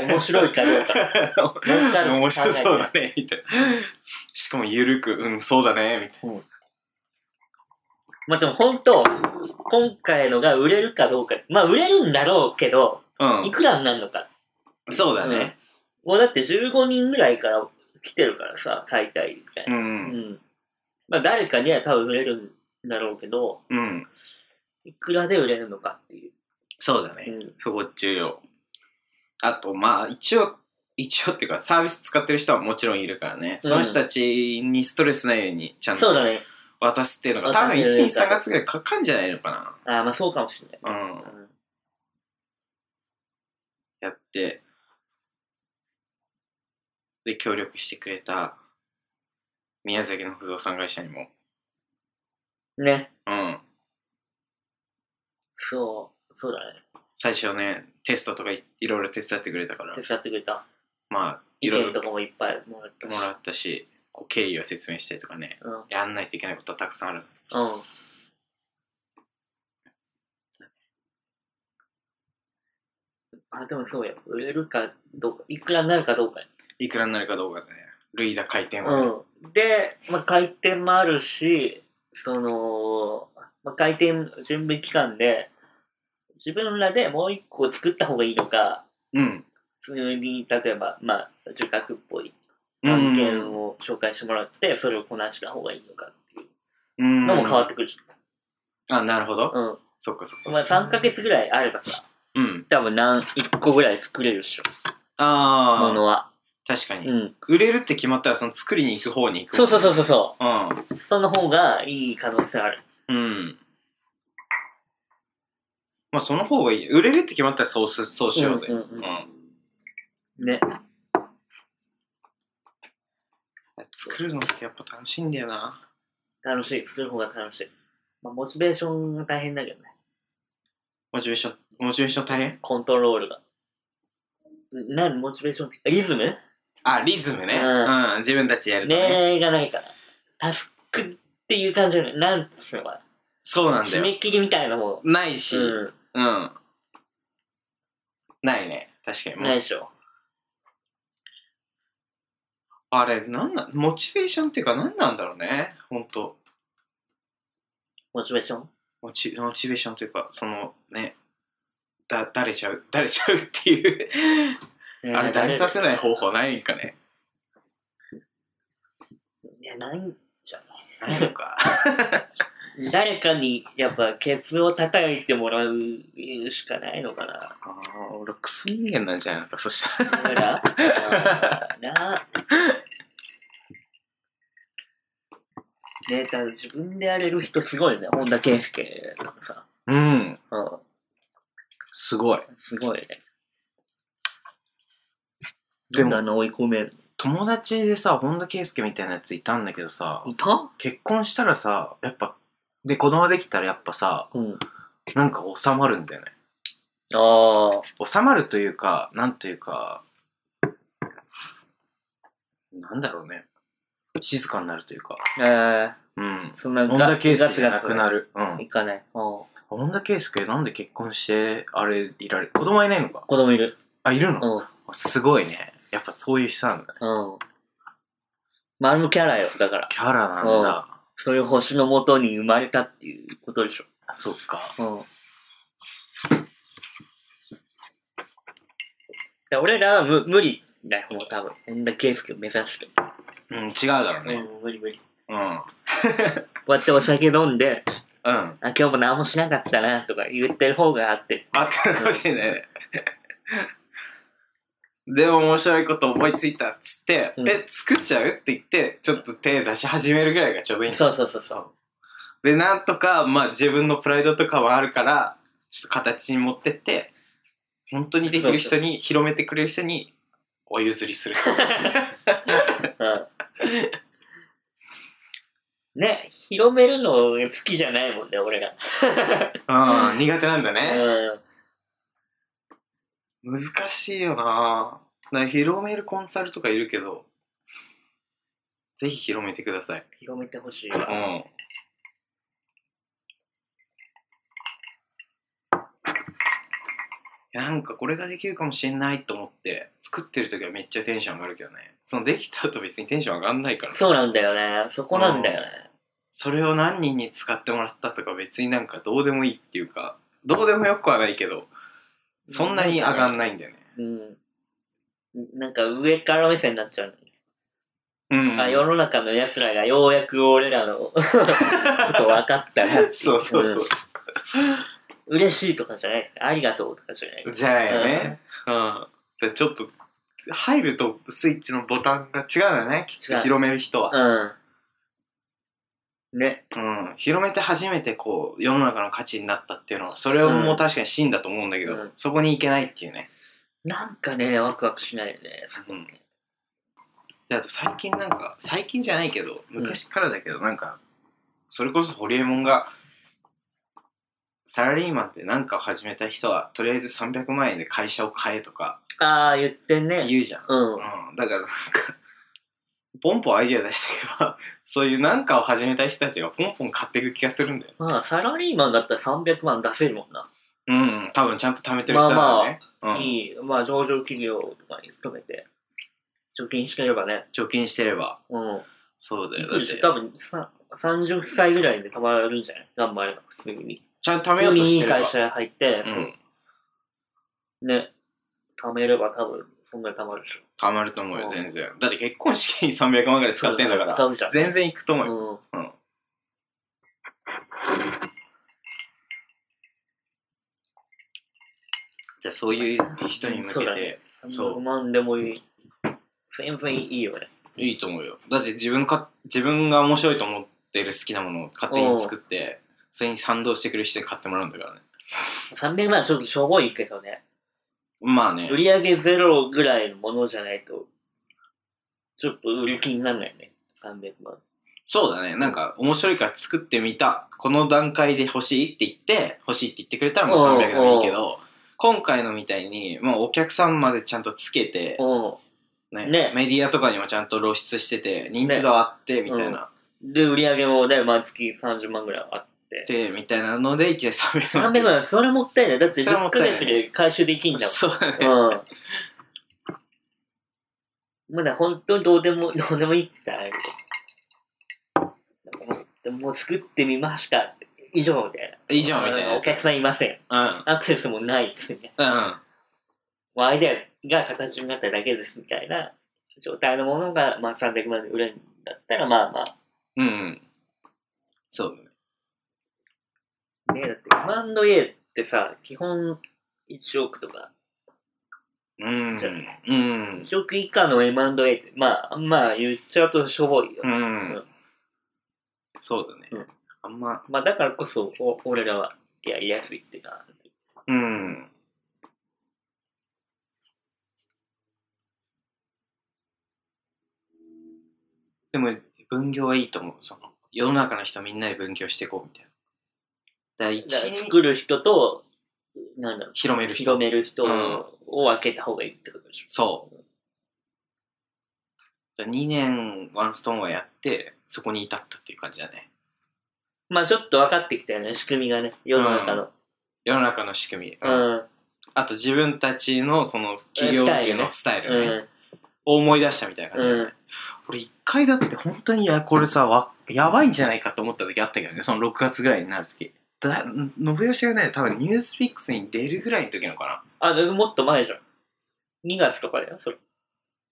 [SPEAKER 3] うん。面白いかどうか。儲かる
[SPEAKER 2] 面白そうだね、みたいな。しかもゆるく、うん、そうだね、みたい
[SPEAKER 3] まあでも本当、今回のが売れるかどうか。まあ売れるんだろうけど、
[SPEAKER 2] な。う
[SPEAKER 3] い
[SPEAKER 2] ん。
[SPEAKER 3] くらになるのか。
[SPEAKER 2] そうだね。。
[SPEAKER 3] もうだって15人ぐらいから来てるからさ、解体みたいうな。うんまあ誰かには多分売れるんだろうけど、
[SPEAKER 2] うん。
[SPEAKER 3] いくらで売れるのかっていう。
[SPEAKER 2] そうだ
[SPEAKER 3] う
[SPEAKER 2] ね。
[SPEAKER 3] ん。
[SPEAKER 2] そこ重要。あと、まあ、一応、一応っていうか、サービス使ってる人はもちろんいるからね。その人たちにストレスないように、ちゃんと
[SPEAKER 3] そうだね。
[SPEAKER 2] 渡すっていうのが、
[SPEAKER 3] 渡
[SPEAKER 2] 多
[SPEAKER 3] せ
[SPEAKER 2] 分
[SPEAKER 3] る
[SPEAKER 2] 1、2、3月ぐらいかかんじゃないのか
[SPEAKER 3] ああ、まあそうかもしれない。
[SPEAKER 2] な。うん。
[SPEAKER 3] うん
[SPEAKER 2] やって、で、協力してくれた、宮崎の不動産会社にも、
[SPEAKER 3] ね。
[SPEAKER 2] うん。
[SPEAKER 3] そう。そうだね。
[SPEAKER 2] 最初ね、テストとかいいろいろ手伝ってくれたから
[SPEAKER 3] 手、伝ってくれた。
[SPEAKER 2] まあ、い
[SPEAKER 3] 意
[SPEAKER 2] ろ
[SPEAKER 3] 見
[SPEAKER 2] いろ
[SPEAKER 3] とかもいっぱいもらったし。
[SPEAKER 2] もらったし、こう経緯を説明したりとかね、
[SPEAKER 3] うん。うん。
[SPEAKER 2] やんないといけないことはたくさんある。
[SPEAKER 3] あ、でもそうや。売れるかどうか、いくらになるかどうかや
[SPEAKER 2] いくらになるかどうかね、類だ回転は、ね
[SPEAKER 3] うん。で、まあ、回転もあるし、その、まあ、回転準備期間で、自分らでもう一個作った方がいいのか、
[SPEAKER 2] うん。
[SPEAKER 3] 普通に、例えば、まあ、住宅っぽい
[SPEAKER 2] うん。
[SPEAKER 3] 案件を紹介してもらって、それをこなした方がいいのかっていう
[SPEAKER 2] うん。
[SPEAKER 3] のも変わってくる。
[SPEAKER 2] あ、なるほど。
[SPEAKER 3] うん。
[SPEAKER 2] そっかそっか。
[SPEAKER 3] まあ、3ヶ月ぐらいあればさ、
[SPEAKER 2] うん。
[SPEAKER 3] 多分何、1個ぐらい作れるっしょ、も
[SPEAKER 2] ああ、
[SPEAKER 3] のは。
[SPEAKER 2] 確か
[SPEAKER 3] う
[SPEAKER 2] に。
[SPEAKER 3] ん。
[SPEAKER 2] 売れるって決まったら、その作りに行く方に行く。
[SPEAKER 3] そうそうそうそうそ
[SPEAKER 2] うん。
[SPEAKER 3] う。その方がいい可能性ある。
[SPEAKER 2] うん。まあ、その方がいい。売れるって決まったらそうす、そうしようぜ。
[SPEAKER 3] うんうんうんね。
[SPEAKER 2] 作るのってやっぱ楽しいんだよな。
[SPEAKER 3] 楽しい。作る方が楽しい。まあ、モチベーションが大変だけどね。
[SPEAKER 2] モチベーション、モチベーション大変
[SPEAKER 3] コントロールが。ん何モチベーションってリズム
[SPEAKER 2] あ、リズムね。
[SPEAKER 3] う
[SPEAKER 2] うん、自分たちでやるとね。
[SPEAKER 3] ねがないから。タスクっていう感じじゃない。なんつうのかな。
[SPEAKER 2] そうなんだ
[SPEAKER 3] 締
[SPEAKER 2] よ。
[SPEAKER 3] め切りみたいなも
[SPEAKER 2] ないし、
[SPEAKER 3] ん。
[SPEAKER 2] うん。
[SPEAKER 3] う
[SPEAKER 2] ないね。確かに。
[SPEAKER 3] ん。
[SPEAKER 2] もう
[SPEAKER 3] ないでしょ。
[SPEAKER 2] あれ、なんなん、モチベーションっていうか何なんだろうね。ほんと。
[SPEAKER 3] モチベーション
[SPEAKER 2] モチモチベーションというか、そのね、だ、だれちゃう、だれちゃうっていう。
[SPEAKER 3] ね
[SPEAKER 2] あれ、だれさせない方法ないんかね。
[SPEAKER 3] いや、ないんじゃない
[SPEAKER 2] ないのか。
[SPEAKER 3] 誰かにやっぱケツを叩いてもらうしかないのかな。
[SPEAKER 2] ああ、俺、クソ人間なんじゃないのか、そした
[SPEAKER 3] だ
[SPEAKER 2] ら。
[SPEAKER 3] から、あーな。ねえ、ただ自分でやれる人すごいね。本田圭佑とかさ。
[SPEAKER 2] うん、
[SPEAKER 3] う
[SPEAKER 2] すごい。
[SPEAKER 3] ん。すごいね。
[SPEAKER 2] でも
[SPEAKER 3] なんあの追い込める。
[SPEAKER 2] 友達でさ、本田圭佑みたいなやついたんだけどさ、
[SPEAKER 3] いた
[SPEAKER 2] 結婚したらさ、やっぱ、で、子供ができたらやっぱさ、
[SPEAKER 3] うん。
[SPEAKER 2] なんか収まるんだよね。
[SPEAKER 3] ああ。
[SPEAKER 2] 収まるというか、なんというか、なんだろうね。静かになるというか。
[SPEAKER 3] ええ
[SPEAKER 2] うん。
[SPEAKER 3] そんな
[SPEAKER 2] 本田圭
[SPEAKER 3] ガ
[SPEAKER 2] 佑
[SPEAKER 3] ツ
[SPEAKER 2] じゃ
[SPEAKER 3] ガ
[SPEAKER 2] な
[SPEAKER 3] ツ
[SPEAKER 2] くなる。う
[SPEAKER 3] い
[SPEAKER 2] ん。
[SPEAKER 3] かない。うん
[SPEAKER 2] 本田圭佑なんで結婚して、あれ、いられ、子供はいないのか
[SPEAKER 3] 子供いる。
[SPEAKER 2] あ、いるの
[SPEAKER 3] うん。
[SPEAKER 2] すごいね。やっぱそういう人なんだね。
[SPEAKER 3] うん。まあ、あれもキャラよ。だから。
[SPEAKER 2] キャラなんだ。
[SPEAKER 3] そういう星のもとに生まれたっていうことでしょ。
[SPEAKER 2] そっか。
[SPEAKER 3] うん。で俺らは無無理だよ、もう多分。本田圭佑を目指して。
[SPEAKER 2] うん、違うだろうね。
[SPEAKER 3] うん、無理無理。こ
[SPEAKER 2] うん。
[SPEAKER 3] うやってお酒飲んで、
[SPEAKER 2] うん。
[SPEAKER 3] あ、今日も何もしなかったな、とか言ってる方があって。
[SPEAKER 2] あったかもしれないね。 でも面白いこと思いついたっつって、
[SPEAKER 3] うん
[SPEAKER 2] え、作っちゃうって言って、ちょっと手出し始めるぐらいがちょうどいいんだ
[SPEAKER 3] そうそうそうそう。
[SPEAKER 2] で、なんとか、まあ自分のプライドとかもあるから、ちょっと形に持ってって、本当にできる人に、広めてくれる人に、お譲りする。
[SPEAKER 3] うん。ね、広めるの好きじゃないもんね、俺ら。
[SPEAKER 2] うん、苦手なんだね。
[SPEAKER 3] うん。
[SPEAKER 2] 難しいよなな広めるコンサルとかいるけど、ぜひ広めてください。
[SPEAKER 3] 広めてほしいうわ。
[SPEAKER 2] ん。いやなんかこれができるかもしれないと思って作ってる時はめっちゃテンション上がるけどねそのできた後別にテンション上がんないから
[SPEAKER 3] そうなんだよね。そこなんだよね。
[SPEAKER 2] それを何人に使ってもらったとか別になんかどうでもいいっていうかどうでもよくはないけどそんなに上がんないんだよね
[SPEAKER 3] うん。なんか上から目線になっちゃう。
[SPEAKER 2] うん
[SPEAKER 3] あ世の中の奴らがようやく俺らの こと分かったな
[SPEAKER 2] そうそうそう、
[SPEAKER 3] 嬉しいとかじゃない。ありがとうとかじゃない。
[SPEAKER 2] じゃないよねうん、でちょっと入るとスイッチのボタンが違うんだよねきっと
[SPEAKER 3] 違う
[SPEAKER 2] 広める人は
[SPEAKER 3] うん。ね。
[SPEAKER 2] うん、広めて初めてこう世の中の価値になったっていうのはそれをもう確かに真だと思うんだけ
[SPEAKER 3] う
[SPEAKER 2] ど、
[SPEAKER 3] ん
[SPEAKER 2] そこに行けないっていうね、
[SPEAKER 3] なんかね、ワクワクしないよね。
[SPEAKER 2] うん、であと最近なんか最近じゃないけど昔からだけどなんか、それこそホリエモンがサラリーマンって何かを始めた人はとりあえず300万円で会社を買えとか
[SPEAKER 3] ああ、言ってんね。
[SPEAKER 2] 言うじゃん、
[SPEAKER 3] うん。
[SPEAKER 2] うん、だからなんかポンポンアイデア出してけばそういう何かを始めた人たちがポンポン買っていく気がするんだよ
[SPEAKER 3] まあ、サラリーマンだったら300万出せるもんな。
[SPEAKER 2] うんうん多分ちゃんと貯めてる人だからね、うん、
[SPEAKER 3] いい、まあ、上場企業とかに勤めて、貯金してればね。
[SPEAKER 2] 貯金してれば
[SPEAKER 3] うん。
[SPEAKER 2] そうだ
[SPEAKER 3] い
[SPEAKER 2] よだ
[SPEAKER 3] く
[SPEAKER 2] っ
[SPEAKER 3] でしょ
[SPEAKER 2] て
[SPEAKER 3] 多分さ30歳ぐらいでたまるんじゃない頑張れば、普通に。
[SPEAKER 2] ちゃんと
[SPEAKER 3] 普
[SPEAKER 2] 貯めよ
[SPEAKER 3] 通
[SPEAKER 2] うと
[SPEAKER 3] にい
[SPEAKER 2] し
[SPEAKER 3] い
[SPEAKER 2] てれば
[SPEAKER 3] 会社入って、
[SPEAKER 2] う
[SPEAKER 3] そうんね、貯めれば多分、そんなに貯まるでしょ。
[SPEAKER 2] 貯まると思う
[SPEAKER 3] う
[SPEAKER 2] よ
[SPEAKER 3] ん
[SPEAKER 2] 全然だって結婚式に300万ぐらい使ってんだから
[SPEAKER 3] 使うじゃん。
[SPEAKER 2] 全然いくと思うよ
[SPEAKER 3] うん。
[SPEAKER 2] うんじゃあそういう人に向
[SPEAKER 3] そ
[SPEAKER 2] け
[SPEAKER 3] うだ
[SPEAKER 2] て
[SPEAKER 3] ね
[SPEAKER 2] そう
[SPEAKER 3] 3万でもいい。全然いいよね。
[SPEAKER 2] いいと思うよだって自分か自分が面白いと思ってる好きなものを勝手に作ってそれに賛同してくれる人に買ってもらうんだからね
[SPEAKER 3] 300万はちょっとしょぼいけどね。
[SPEAKER 2] まあね
[SPEAKER 3] 売り上げゼロぐらいのものじゃないと、ちょっと売り気にならないね。300万。
[SPEAKER 2] そうだね。なんか、面白いから作ってみた。この段階で欲しいって言って、欲しいって言ってくれたらもう300でもいいけど、今回のみたいに、もうお客さんまでちゃんとつけて、
[SPEAKER 3] うん。
[SPEAKER 2] ね
[SPEAKER 3] ね
[SPEAKER 2] メディアとかにもちゃんと露出してて、認知度あって、みたいな。
[SPEAKER 3] で、売り上げもね、毎月30万ぐらいあ って。
[SPEAKER 2] で、みたいなので、いきなり300万。
[SPEAKER 3] 300万、それもったいない。だって
[SPEAKER 2] それ
[SPEAKER 3] 10
[SPEAKER 2] もった
[SPEAKER 3] ヶ
[SPEAKER 2] いない
[SPEAKER 3] 月で回収できんだもん。
[SPEAKER 2] そうだね。
[SPEAKER 3] うん。まだ本当にどうでも、どうでもいいって言ったらあれだけどもうもう作ってみました。以上みたいな。
[SPEAKER 2] 以上みたいな
[SPEAKER 3] あのお客さんいません。
[SPEAKER 2] うん。うん。
[SPEAKER 3] アクセスもないですね。もうアイデアが形になっただけですみたいな状態のものが、まあ、300万で売れるんだったら、まあま
[SPEAKER 2] うん。うん。そうだね。
[SPEAKER 3] あ、ねだって5万の家ってさ、基本1億とか、
[SPEAKER 2] うん
[SPEAKER 3] じゃあ。
[SPEAKER 2] うん。
[SPEAKER 3] 1億以下の M&A って、まあ、まあ言っちゃうとしょぼいよ。
[SPEAKER 2] うん。そうだね。
[SPEAKER 3] うん
[SPEAKER 2] あんま、
[SPEAKER 3] まあだからこそ、お俺らはやりやすいっていうか、
[SPEAKER 2] うん。でも、分業はいいと思う。その、世の中の人みんなで分業していこうみたいな。だから
[SPEAKER 3] だから
[SPEAKER 2] 一
[SPEAKER 3] 作る人と、なんだろう、
[SPEAKER 2] 広める人
[SPEAKER 3] 広める人
[SPEAKER 2] うん
[SPEAKER 3] を分けた方がいいってことでしょ。
[SPEAKER 2] そう。だから2年ワンストーンはやって、そこに至ったっていう感じだね。
[SPEAKER 3] まあちょっと分かってきたよね、仕組みがね、世の中の。
[SPEAKER 2] 世の中の仕組み。
[SPEAKER 3] う
[SPEAKER 2] うん
[SPEAKER 3] ん。
[SPEAKER 2] あと自分たちのその企
[SPEAKER 3] ス
[SPEAKER 2] 業
[SPEAKER 3] タイルね
[SPEAKER 2] のスタイル
[SPEAKER 3] う
[SPEAKER 2] ね。
[SPEAKER 3] ん。
[SPEAKER 2] を思い出したみたいな感じだね。
[SPEAKER 3] うん
[SPEAKER 2] これ一回だって本当にいや、これさ、わ、やばいんじゃないかと思った時あったけどね、その6月ぐらいになる時。だ、信吉がね、多分ニュースピックスに出るぐらいの時のか
[SPEAKER 3] あ、でももっと前じゃん。2月とかだよ、それ。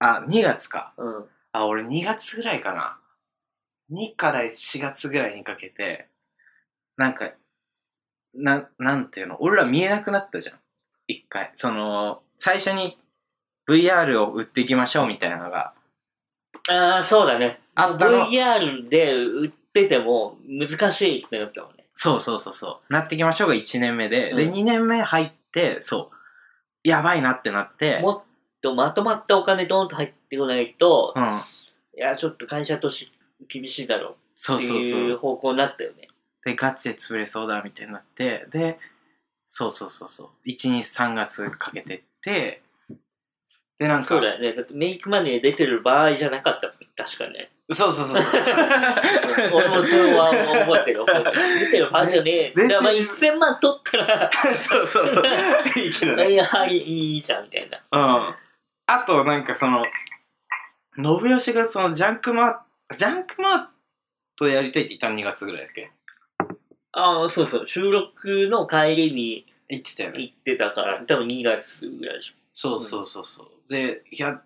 [SPEAKER 2] な。あ、2月か。
[SPEAKER 3] うん。
[SPEAKER 2] あ、俺2月ぐらいかな。2から4月ぐらいにかけて、なんか、な、なんていうの、俺ら見えなくなったじゃん。一回。その、最初に VR を売っていきましょうみたいなのが
[SPEAKER 3] ああ、そうだね。
[SPEAKER 2] あったの。
[SPEAKER 3] VR で売ってても難しいってなったもんね。
[SPEAKER 2] そうそうそうそう。なっていきましょうが1年目で。で、
[SPEAKER 3] うん
[SPEAKER 2] 2年目入って、そう。やばいなってなって。
[SPEAKER 3] もっとまとまったお金ドーンと入ってこないと、
[SPEAKER 2] うん。
[SPEAKER 3] いや、ちょっと会社として厳しいだろ
[SPEAKER 2] そうう
[SPEAKER 3] って
[SPEAKER 2] そうそう
[SPEAKER 3] い。う方向になったよね。
[SPEAKER 2] で、ガチで潰れそうだみたいになって、で、そうそうそうそう。1、2、3月かけてって、で、なんか、
[SPEAKER 3] そうだよね。だってメイクマネー出てる場合じゃなかったもん、確かね。
[SPEAKER 2] そうそうそうそう。
[SPEAKER 3] うん俺もそれは覚えてる、覚えてる。出てる場合じゃねえ。
[SPEAKER 2] 出てる
[SPEAKER 3] だからまあ1000万取ったら、
[SPEAKER 2] そうそうそう。いいけど ね。
[SPEAKER 3] いや、はい、いいじゃん、みたいな。
[SPEAKER 2] うん。あと、なんかその、信吉がそのジャンクマジャンクマートやりたいって言ったの2月ぐらいだっけ
[SPEAKER 3] ああ、そうそう。収録の帰りに
[SPEAKER 2] 言ってたよね。
[SPEAKER 3] 行ってたから、多分2月ぐらいでしょ。
[SPEAKER 2] そうそうそうそう。で、いや、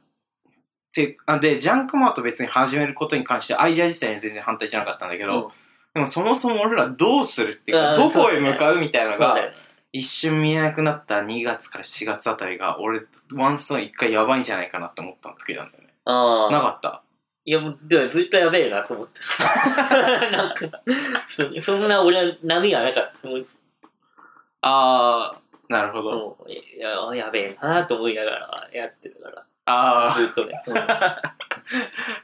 [SPEAKER 2] てあで、ジャンクマート別に始めることに関してアイデア自体に全然反対じゃなかったんだけど、
[SPEAKER 3] うん
[SPEAKER 2] でもそもそも俺らどうするっていうか、
[SPEAKER 3] うん
[SPEAKER 2] どこへ向かうみたいなの
[SPEAKER 3] そうだ
[SPEAKER 2] が、
[SPEAKER 3] よね。
[SPEAKER 2] 一瞬見えなくなった2月から4月あたりが、俺、ワンスの一回やばいんじゃないかなって思った時なんだよね。
[SPEAKER 3] あ
[SPEAKER 2] な
[SPEAKER 3] あ。
[SPEAKER 2] かった
[SPEAKER 3] いや、もう、でもずっとやべえなと思 ってる。なんか、そそんな俺は波がなかった。もう
[SPEAKER 2] あー、なるほど。
[SPEAKER 3] もういや、やべえなと思いながらやってたから、
[SPEAKER 2] あ
[SPEAKER 3] ずっとね。うん
[SPEAKER 2] ー、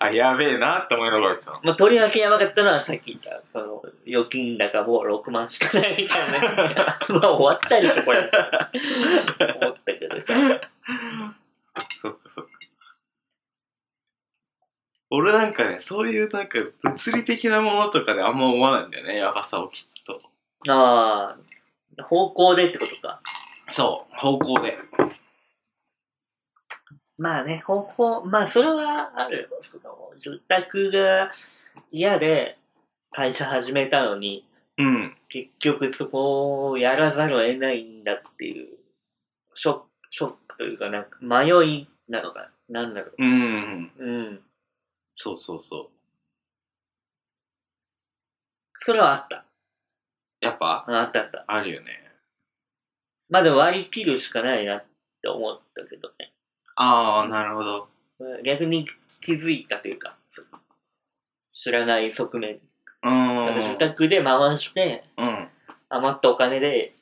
[SPEAKER 2] あ、やべえなって思いながらやってたの。
[SPEAKER 3] まあ、とりわけやばかったのはさっき言った、その、預金高もう6万しかないみたいなね。まあ、終わったでしょ、これ。思ったけどさ。
[SPEAKER 2] そっかそっか。俺なんかね、そういうなんか物理的なものとかであんま思わないんだよね、やばさをきっと。
[SPEAKER 3] ああ、方向でってことか。
[SPEAKER 2] そう、方向で。
[SPEAKER 3] まあね、方向、まあ、それはあるよ。その、住宅が嫌で会社始めたのに、
[SPEAKER 2] うん。
[SPEAKER 3] 結局そこをやらざるを得ないんだっていう、ショック、ショックというか、なんか迷いなのか、なんだろ
[SPEAKER 2] うん。
[SPEAKER 3] う。うん。
[SPEAKER 2] そうそうそう。
[SPEAKER 3] それはあった。
[SPEAKER 2] やっぱ、
[SPEAKER 3] あったあった。
[SPEAKER 2] あるよね。
[SPEAKER 3] まあでも割り切るしかないなって思ったけどね。
[SPEAKER 2] ああ、なるほど。
[SPEAKER 3] 逆に気づいたというか、そ知らない側面。
[SPEAKER 2] う
[SPEAKER 3] なんか
[SPEAKER 2] ー
[SPEAKER 3] 住
[SPEAKER 2] ん。
[SPEAKER 3] 宅で回して、
[SPEAKER 2] うん。
[SPEAKER 3] 余ったお金で、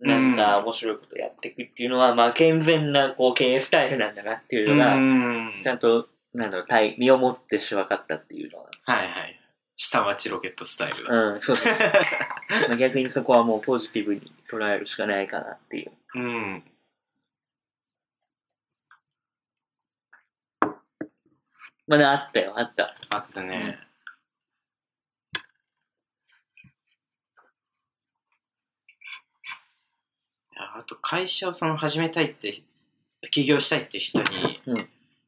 [SPEAKER 3] なんか面白いことやっていくっていうのは、まあ健全なこう経営スタイルなんだなっていううのが、
[SPEAKER 2] ん。
[SPEAKER 3] ちゃんと、なんだろう、体身をもってしわかったっていうのは。
[SPEAKER 2] はいはい。下町ロケットスタイルだ。
[SPEAKER 3] うん、そうそう。まあ逆にそこはもうポジティブに捉えるしかないかなっていう。
[SPEAKER 2] うん。
[SPEAKER 3] まあねあったよ、あった。
[SPEAKER 2] あったね。いやあと会社をその始めたいって、起業したいって人に
[SPEAKER 3] うん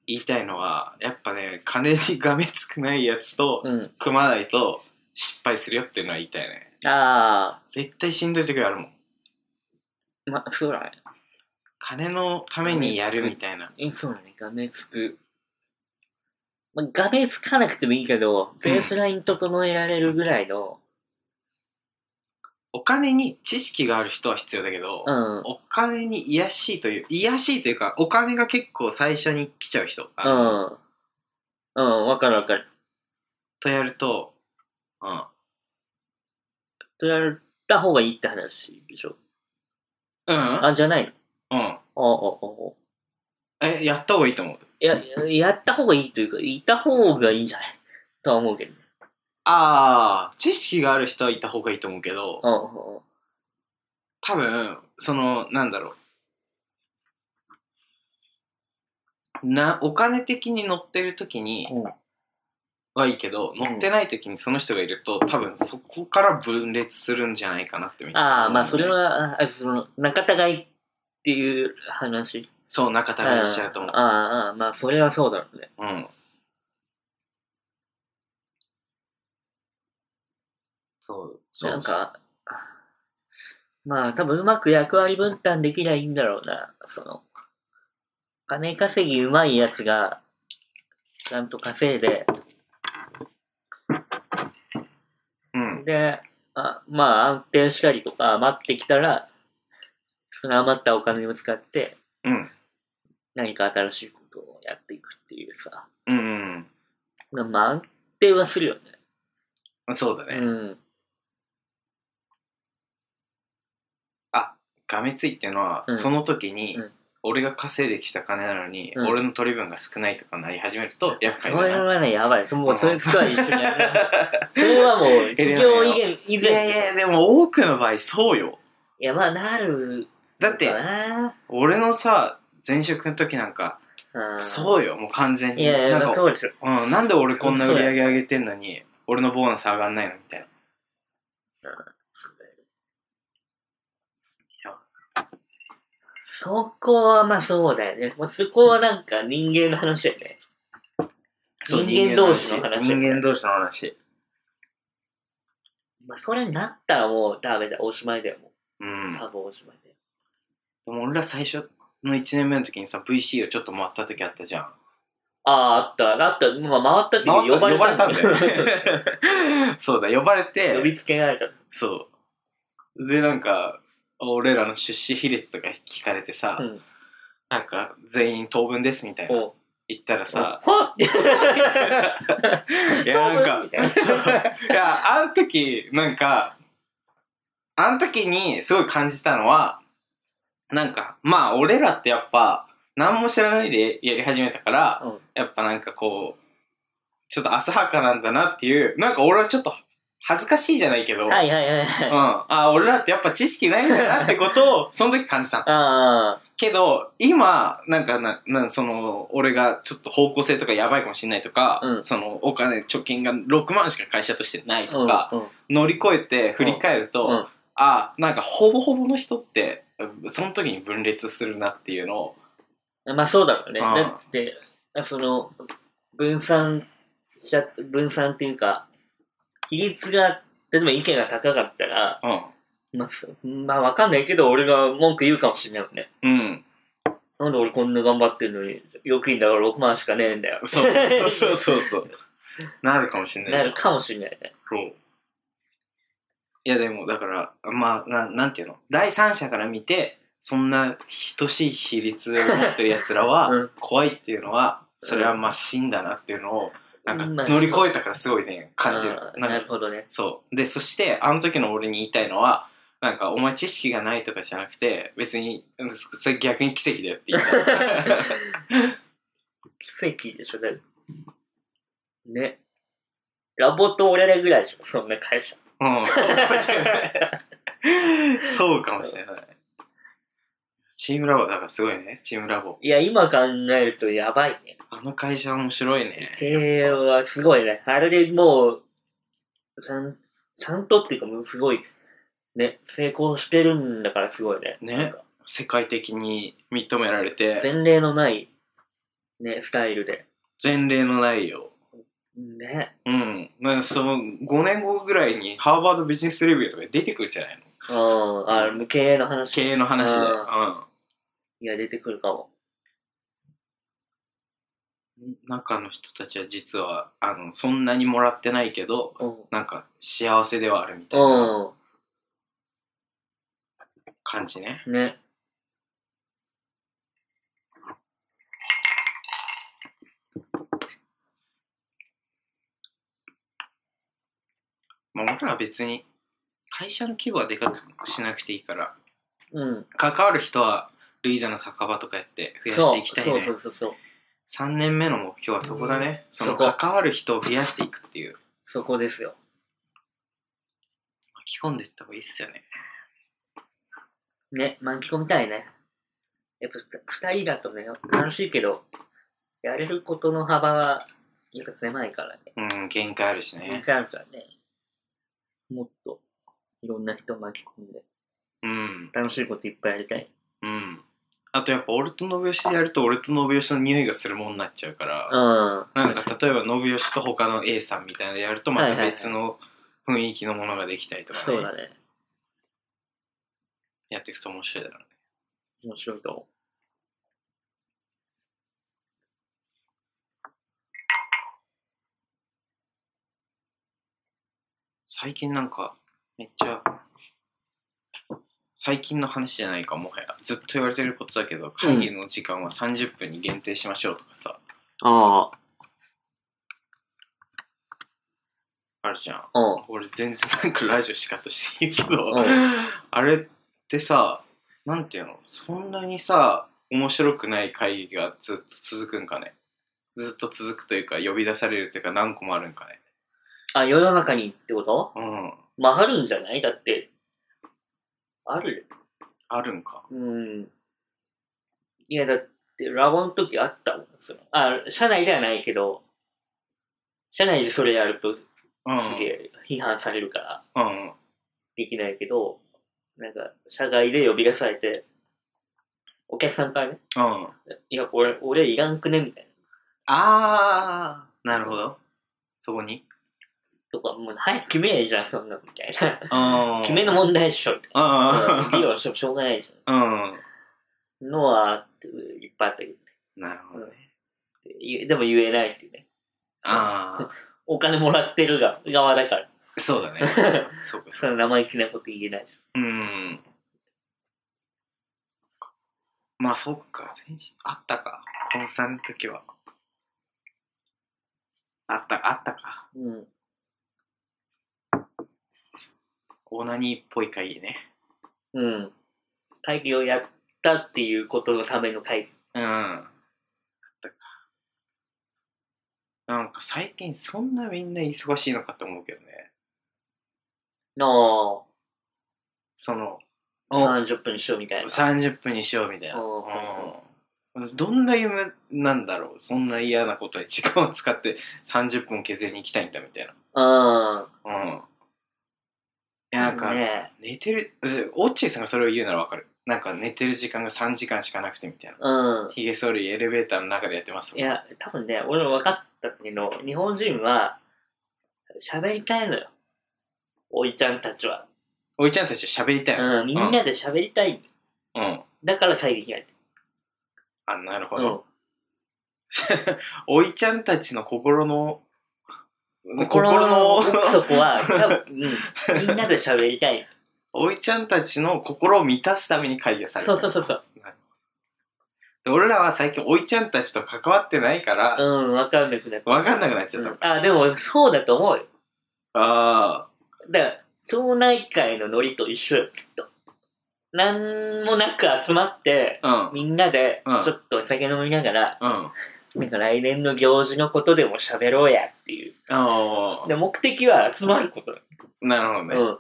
[SPEAKER 2] 言いたいのは、やっぱね、金にがめつくないやつと
[SPEAKER 3] うん。
[SPEAKER 2] 組まないと失敗するよっていうのは言いたいね。
[SPEAKER 3] あ
[SPEAKER 2] 絶対しんどい時あるもん。
[SPEAKER 3] あ、まあ、そうだね。
[SPEAKER 2] 金のためにやるみたいな。
[SPEAKER 3] え、そうだね、画面つく。まあ、画面つかなくてもいいけど、ベースライン整えられるぐらいの、
[SPEAKER 2] お金に知識がある人は必要だけど、
[SPEAKER 3] うん。うん。
[SPEAKER 2] お金に癒やしいという、癒やしいというか、お金が結構最初に来ちゃう人。あの
[SPEAKER 3] うん、わかるわかる。
[SPEAKER 2] とやると、うん。
[SPEAKER 3] とやった方がいいって話でしょ。
[SPEAKER 2] うん
[SPEAKER 3] あ、じゃないの
[SPEAKER 2] うん。
[SPEAKER 3] ああ、ああ、ああ。
[SPEAKER 2] え、やった方がいいと思う。
[SPEAKER 3] いや、やった方がいいというか、いた方がいいんじゃないとは思うけどね。
[SPEAKER 2] ああ、知識がある人はいた方がいいと思うけど、
[SPEAKER 3] うんうんうん。
[SPEAKER 2] 多分、その、なんだろう。な、お金的に乗ってる時に
[SPEAKER 3] うん
[SPEAKER 2] はいいけど、乗ってない時にその人がいると、多分そこから分裂するんじゃないかなって
[SPEAKER 3] ああ、まあ、それ。
[SPEAKER 2] めっちゃ思うね
[SPEAKER 3] は、ああその、仲違いっていう話。
[SPEAKER 2] そう、仲たがいしちゃうと思う。
[SPEAKER 3] ああ、ああ、まあ、それはそうだろうね。
[SPEAKER 2] うん。そう。そう
[SPEAKER 3] なんか、まあ多分うまく役割分担できりゃいいんだろうな。その、金稼ぎうまいやつが、ちゃんと稼いで、
[SPEAKER 2] うん。
[SPEAKER 3] で、あまあ安定したりとか余ってきたら、その余ったお金を使って
[SPEAKER 2] うん。
[SPEAKER 3] 何か新しいことをやっていくっていうさ。
[SPEAKER 2] うん。
[SPEAKER 3] まあまあ安定はするよね。
[SPEAKER 2] そうだね。
[SPEAKER 3] うん。
[SPEAKER 2] あ、がめついっていうのは、
[SPEAKER 3] うん
[SPEAKER 2] その時に、
[SPEAKER 3] うん
[SPEAKER 2] 俺が稼いできた金なのに、
[SPEAKER 3] うん
[SPEAKER 2] 俺の取り分が少ないとかなり始めると厄
[SPEAKER 3] そ
[SPEAKER 2] 介
[SPEAKER 3] れ
[SPEAKER 2] だな。
[SPEAKER 3] はね、やばい。もうそれとは一緒にやる。それはもう、企業以前、以
[SPEAKER 2] い
[SPEAKER 3] 前。
[SPEAKER 2] やいや、でも多くの場合そうよ。
[SPEAKER 3] いや、まあ、なる。
[SPEAKER 2] だって
[SPEAKER 3] かな
[SPEAKER 2] 俺のさ、前職の時なんか、
[SPEAKER 3] うん
[SPEAKER 2] そうよ、もう完全に。
[SPEAKER 3] いやいや、
[SPEAKER 2] なん
[SPEAKER 3] まあ
[SPEAKER 2] か、
[SPEAKER 3] そうでしょ。
[SPEAKER 2] うん、なんで俺こんな売り上げ上げてんのに、俺のボーナス上がんないのみたいな。
[SPEAKER 3] そこはまあそうだよね。もうそこはなんか人間の話だよね。
[SPEAKER 2] そう
[SPEAKER 3] 人間同士の話
[SPEAKER 2] 人間同士の話。
[SPEAKER 3] まあそれになったらもうダメだ。おしまいだよ。も
[SPEAKER 2] うん。
[SPEAKER 3] う
[SPEAKER 2] で
[SPEAKER 3] 多分おしまいだよ。
[SPEAKER 2] も俺ら最初の1年目の時にさ、VC をちょっと回った時あったじゃん。
[SPEAKER 3] ああ、あった。あった。まあ回ったっていう
[SPEAKER 2] 回
[SPEAKER 3] か
[SPEAKER 2] った呼ばれたんだよ
[SPEAKER 3] そうそう
[SPEAKER 2] ね。 そうだ、呼ばれ
[SPEAKER 3] 呼び
[SPEAKER 2] て、
[SPEAKER 3] つけられた。
[SPEAKER 2] そう。で、なんか、俺らの出資比率とか聞かれてさ、
[SPEAKER 3] うん。
[SPEAKER 2] なんか、全員当分ですみたいな。
[SPEAKER 3] おう
[SPEAKER 2] 言ったらさ、
[SPEAKER 3] ほっ
[SPEAKER 2] いや、なん
[SPEAKER 3] 当分みたいな
[SPEAKER 2] か、そう。いや、あの時、なんか、あの時にすごい感じたのは、なんか、まあ、俺らってやっぱ、何も知らないでやり始めたから、
[SPEAKER 3] うん
[SPEAKER 2] やっぱなんかこう、ちょっと浅はかなんだなっていう、なんか俺はちょっと恥ずかしいじゃないけど、
[SPEAKER 3] はいはいはい
[SPEAKER 2] うん。
[SPEAKER 3] はい。
[SPEAKER 2] あ、俺らってやっぱ知識ないんだなってことを、その時感じたの。
[SPEAKER 3] あ
[SPEAKER 2] けど、今、なんかな、なんその、俺がちょっと方向性とかやばいかもしれないとか、
[SPEAKER 3] うん
[SPEAKER 2] その、お金、貯金が6万しか会社としてな
[SPEAKER 3] あ。
[SPEAKER 2] いとか、
[SPEAKER 3] うんうん
[SPEAKER 2] 乗り越えて振り返ると、
[SPEAKER 3] うん
[SPEAKER 2] あ、なんかほぼほぼの人って、その時に分裂するなっていうのを、
[SPEAKER 3] まあそうだろうね。
[SPEAKER 2] うん
[SPEAKER 3] だって、その、分散しちゃ、分散っていうか、比率が、例えば意見が高かったら、
[SPEAKER 2] うん。
[SPEAKER 3] まあ、そまあわかんないけど、俺が文句言うかもしれないよね。
[SPEAKER 2] うん。
[SPEAKER 3] なんで俺こんな頑張ってるのに、預金だから6万しかねえんだよ。
[SPEAKER 2] そうそうそ うそうそう。なるかもしれない。
[SPEAKER 3] なるかもしれないね。
[SPEAKER 2] そう。いやでもだから、まあ、ななんていうの第三者から見て、そんな等しい比率を持ってる奴 ら
[SPEAKER 3] う
[SPEAKER 2] は
[SPEAKER 3] ん、
[SPEAKER 2] 怖いっていうのは、それはまあ死んだなっていうのを、なんか
[SPEAKER 3] まあ
[SPEAKER 2] 乗り越えたからすごいね、感じる
[SPEAKER 3] あ。ー
[SPEAKER 2] な
[SPEAKER 3] なんる
[SPEAKER 2] か
[SPEAKER 3] ほどね。
[SPEAKER 2] そう。で、そして、あの時の俺に言いたいのは、なんか、お前知識がないとかじゃなくて、別に、うんそれ逆に奇跡だよって言った。
[SPEAKER 3] 奇跡でしょ、だってね。ラボと俺らぐらいでしょ、そんな会社。
[SPEAKER 2] うん、そうかもしれない。そうかもしれない。チームラボ、だからすごいね、チームラボ。
[SPEAKER 3] いや、今考えるとやばいね。
[SPEAKER 2] あの会社面白いね。
[SPEAKER 3] 経営はすごいね。あれでもう、ちゃん、ちゃんとっていうか、もうすごい、ね、成功してるんだからすごいね。
[SPEAKER 2] ね
[SPEAKER 3] なんか
[SPEAKER 2] 世界的に認められて、
[SPEAKER 3] 前例のない、ね、スタイルで。
[SPEAKER 2] 前例のないよ。
[SPEAKER 3] ね。
[SPEAKER 2] うん。なんかその5年後ぐらいにハーバードビジネスレビューとか出てくるじゃないの
[SPEAKER 3] うん。あ、経営の話。
[SPEAKER 2] 経
[SPEAKER 3] い
[SPEAKER 2] 営の話で。
[SPEAKER 3] あや、出てくるかも。
[SPEAKER 2] うん。中の人たちは実は、あの、そんなにもらってないけど、
[SPEAKER 3] うん。
[SPEAKER 2] なんか幸せではあるみたいな
[SPEAKER 3] う
[SPEAKER 2] 感じね。
[SPEAKER 3] ん。ね。
[SPEAKER 2] まあ、俺らは別に、会社の規模はでかくしなくていいから、
[SPEAKER 3] うん。
[SPEAKER 2] 関わる人は、ルイダの酒場とかやって増やしていきたいね。
[SPEAKER 3] そうそうそうそう。
[SPEAKER 2] 3年目の目標はそこだね。その
[SPEAKER 3] そこ
[SPEAKER 2] 関わる人を増やしていくっていう。
[SPEAKER 3] そこですよ。
[SPEAKER 2] 巻き込んでいった方がいいっすよね。
[SPEAKER 3] ね、巻き込みたいね。やっぱ二人だとね、楽しいけど、やれることの幅は、やっぱ狭いからね。
[SPEAKER 2] うん、限界あるし
[SPEAKER 3] 限
[SPEAKER 2] ね。
[SPEAKER 3] 界あるからね。もっと、いろんな人を巻き込んで、
[SPEAKER 2] うん、
[SPEAKER 3] 楽しいこといっぱいやりたい。
[SPEAKER 2] うん。あとやっぱ俺と信吉でやると俺と信吉の匂いがするもんになっちゃうか
[SPEAKER 3] う
[SPEAKER 2] ら、
[SPEAKER 3] ん。
[SPEAKER 2] なんか例えば信吉と他の A さんみたいなのやるとまた別の雰囲気のものができたりとか、ね、
[SPEAKER 3] そうだね。
[SPEAKER 2] やっていくと面白いだろうね。
[SPEAKER 3] 面白いと思う。
[SPEAKER 2] 最近なんか、めっちゃ、最近の話じゃないか、もはや。ずっと言われてることだけど、会議の時間は30分に限定しましょうとかさ、
[SPEAKER 3] あ
[SPEAKER 2] あるじゃん。
[SPEAKER 3] あ、うん。
[SPEAKER 2] 俺全然なんかラジオしかとして言うけど、
[SPEAKER 3] うん
[SPEAKER 2] あれってさ、なんていうのそんなにさ、面白くない会議がずっと続くんかねずっと続くというか、呼び出されるというか何個もあるんかね
[SPEAKER 3] あ、世の中にってこと
[SPEAKER 2] うん。
[SPEAKER 3] まあ、あるんじゃないだって、ある
[SPEAKER 2] あるんか。
[SPEAKER 3] うん。いや、だって、ラボの時あったもん。そのあ、社内ではないけど、社内でそれやるとす
[SPEAKER 2] うん。
[SPEAKER 3] げえ批判されるから、
[SPEAKER 2] うん。
[SPEAKER 3] できないけど、なんか、社外で呼び出されて、お客さんからね、
[SPEAKER 2] うん。
[SPEAKER 3] いや、俺、俺いらんくねみたい
[SPEAKER 2] あー、なるほど。そこに。
[SPEAKER 3] な。とか、もう早く決めえじゃん、そんなの、みたいな。
[SPEAKER 2] うん。
[SPEAKER 3] 決めの問題でしょ、みたい
[SPEAKER 2] あ
[SPEAKER 3] な。理由はしょしょうがないじ
[SPEAKER 2] あ。うん。
[SPEAKER 3] ゃん。のは、いっぱいあったけど、
[SPEAKER 2] なるほどね。
[SPEAKER 3] いでも言えないっていうね。
[SPEAKER 2] ああ。
[SPEAKER 3] お金もらってるが側だから。
[SPEAKER 2] そう だね。そうか、
[SPEAKER 3] そ
[SPEAKER 2] そうか。
[SPEAKER 3] の生意気なこと言えないじ
[SPEAKER 2] うん。まあ、そっか。全身あったか。コンサルの時は。あった、あったか。
[SPEAKER 3] ゃん。うん。
[SPEAKER 2] オナニーっぽい会議ね。
[SPEAKER 3] うん。会議をやったっていうことのための会議。
[SPEAKER 2] うん。あったか。なんか最近そんなみんな忙しいのかと思うけどね。
[SPEAKER 3] の
[SPEAKER 2] その、
[SPEAKER 3] 30分にしようみたいな。
[SPEAKER 2] 30分にしようみたいな。
[SPEAKER 3] おー
[SPEAKER 2] うんどんな夢なんだろうそんな嫌なことに時間を使って30分削りに行きたいんだみたい
[SPEAKER 3] うん。
[SPEAKER 2] な。うん。いや、なんか、
[SPEAKER 3] ね
[SPEAKER 2] 寝てる、オッチーさんがそれを言うならわかる。なんか寝てる時間が3時間しかなくてみたいな。
[SPEAKER 3] うん。
[SPEAKER 2] ヒゲ剃りエレベーターの中でやってます
[SPEAKER 3] い
[SPEAKER 2] もん。
[SPEAKER 3] や、多分ね、俺も分かったけど、日本人は喋りたいのよ。おいちゃんたちは。
[SPEAKER 2] おいちゃんたち喋りたいの。
[SPEAKER 3] うん。みんなで喋りたい。
[SPEAKER 2] うん。
[SPEAKER 3] だから会議開いて。
[SPEAKER 2] あ、なるほ
[SPEAKER 3] う
[SPEAKER 2] ど。
[SPEAKER 3] ん。
[SPEAKER 2] おいちゃんたちの心の、
[SPEAKER 3] 心の奥
[SPEAKER 2] 心の
[SPEAKER 3] 底は、多分、うん。みんなで喋り たい。
[SPEAKER 2] おいちゃんたちの心を満たすために会議をされ
[SPEAKER 3] そ
[SPEAKER 2] てる
[SPEAKER 3] うそうそうそう。
[SPEAKER 2] で俺らは最近おいちゃんたちと関わってないから、
[SPEAKER 3] うん、わかんなくなった。
[SPEAKER 2] わかんなくなっちゃったのか。
[SPEAKER 3] あ、でも、そうだと思うよ。
[SPEAKER 2] あ
[SPEAKER 3] だから、町内会のノリと一緒よ、きっと。なんもなく集まって、
[SPEAKER 2] あ、
[SPEAKER 3] みんなで
[SPEAKER 2] うん、
[SPEAKER 3] ちょっとお酒飲みながら、
[SPEAKER 2] うん。うん。あ
[SPEAKER 3] なんか来年の行事のことでも喋ろうやっていう。
[SPEAKER 2] あ
[SPEAKER 3] で、目的は集まることだ。
[SPEAKER 2] ー、なるほどね。
[SPEAKER 3] うん。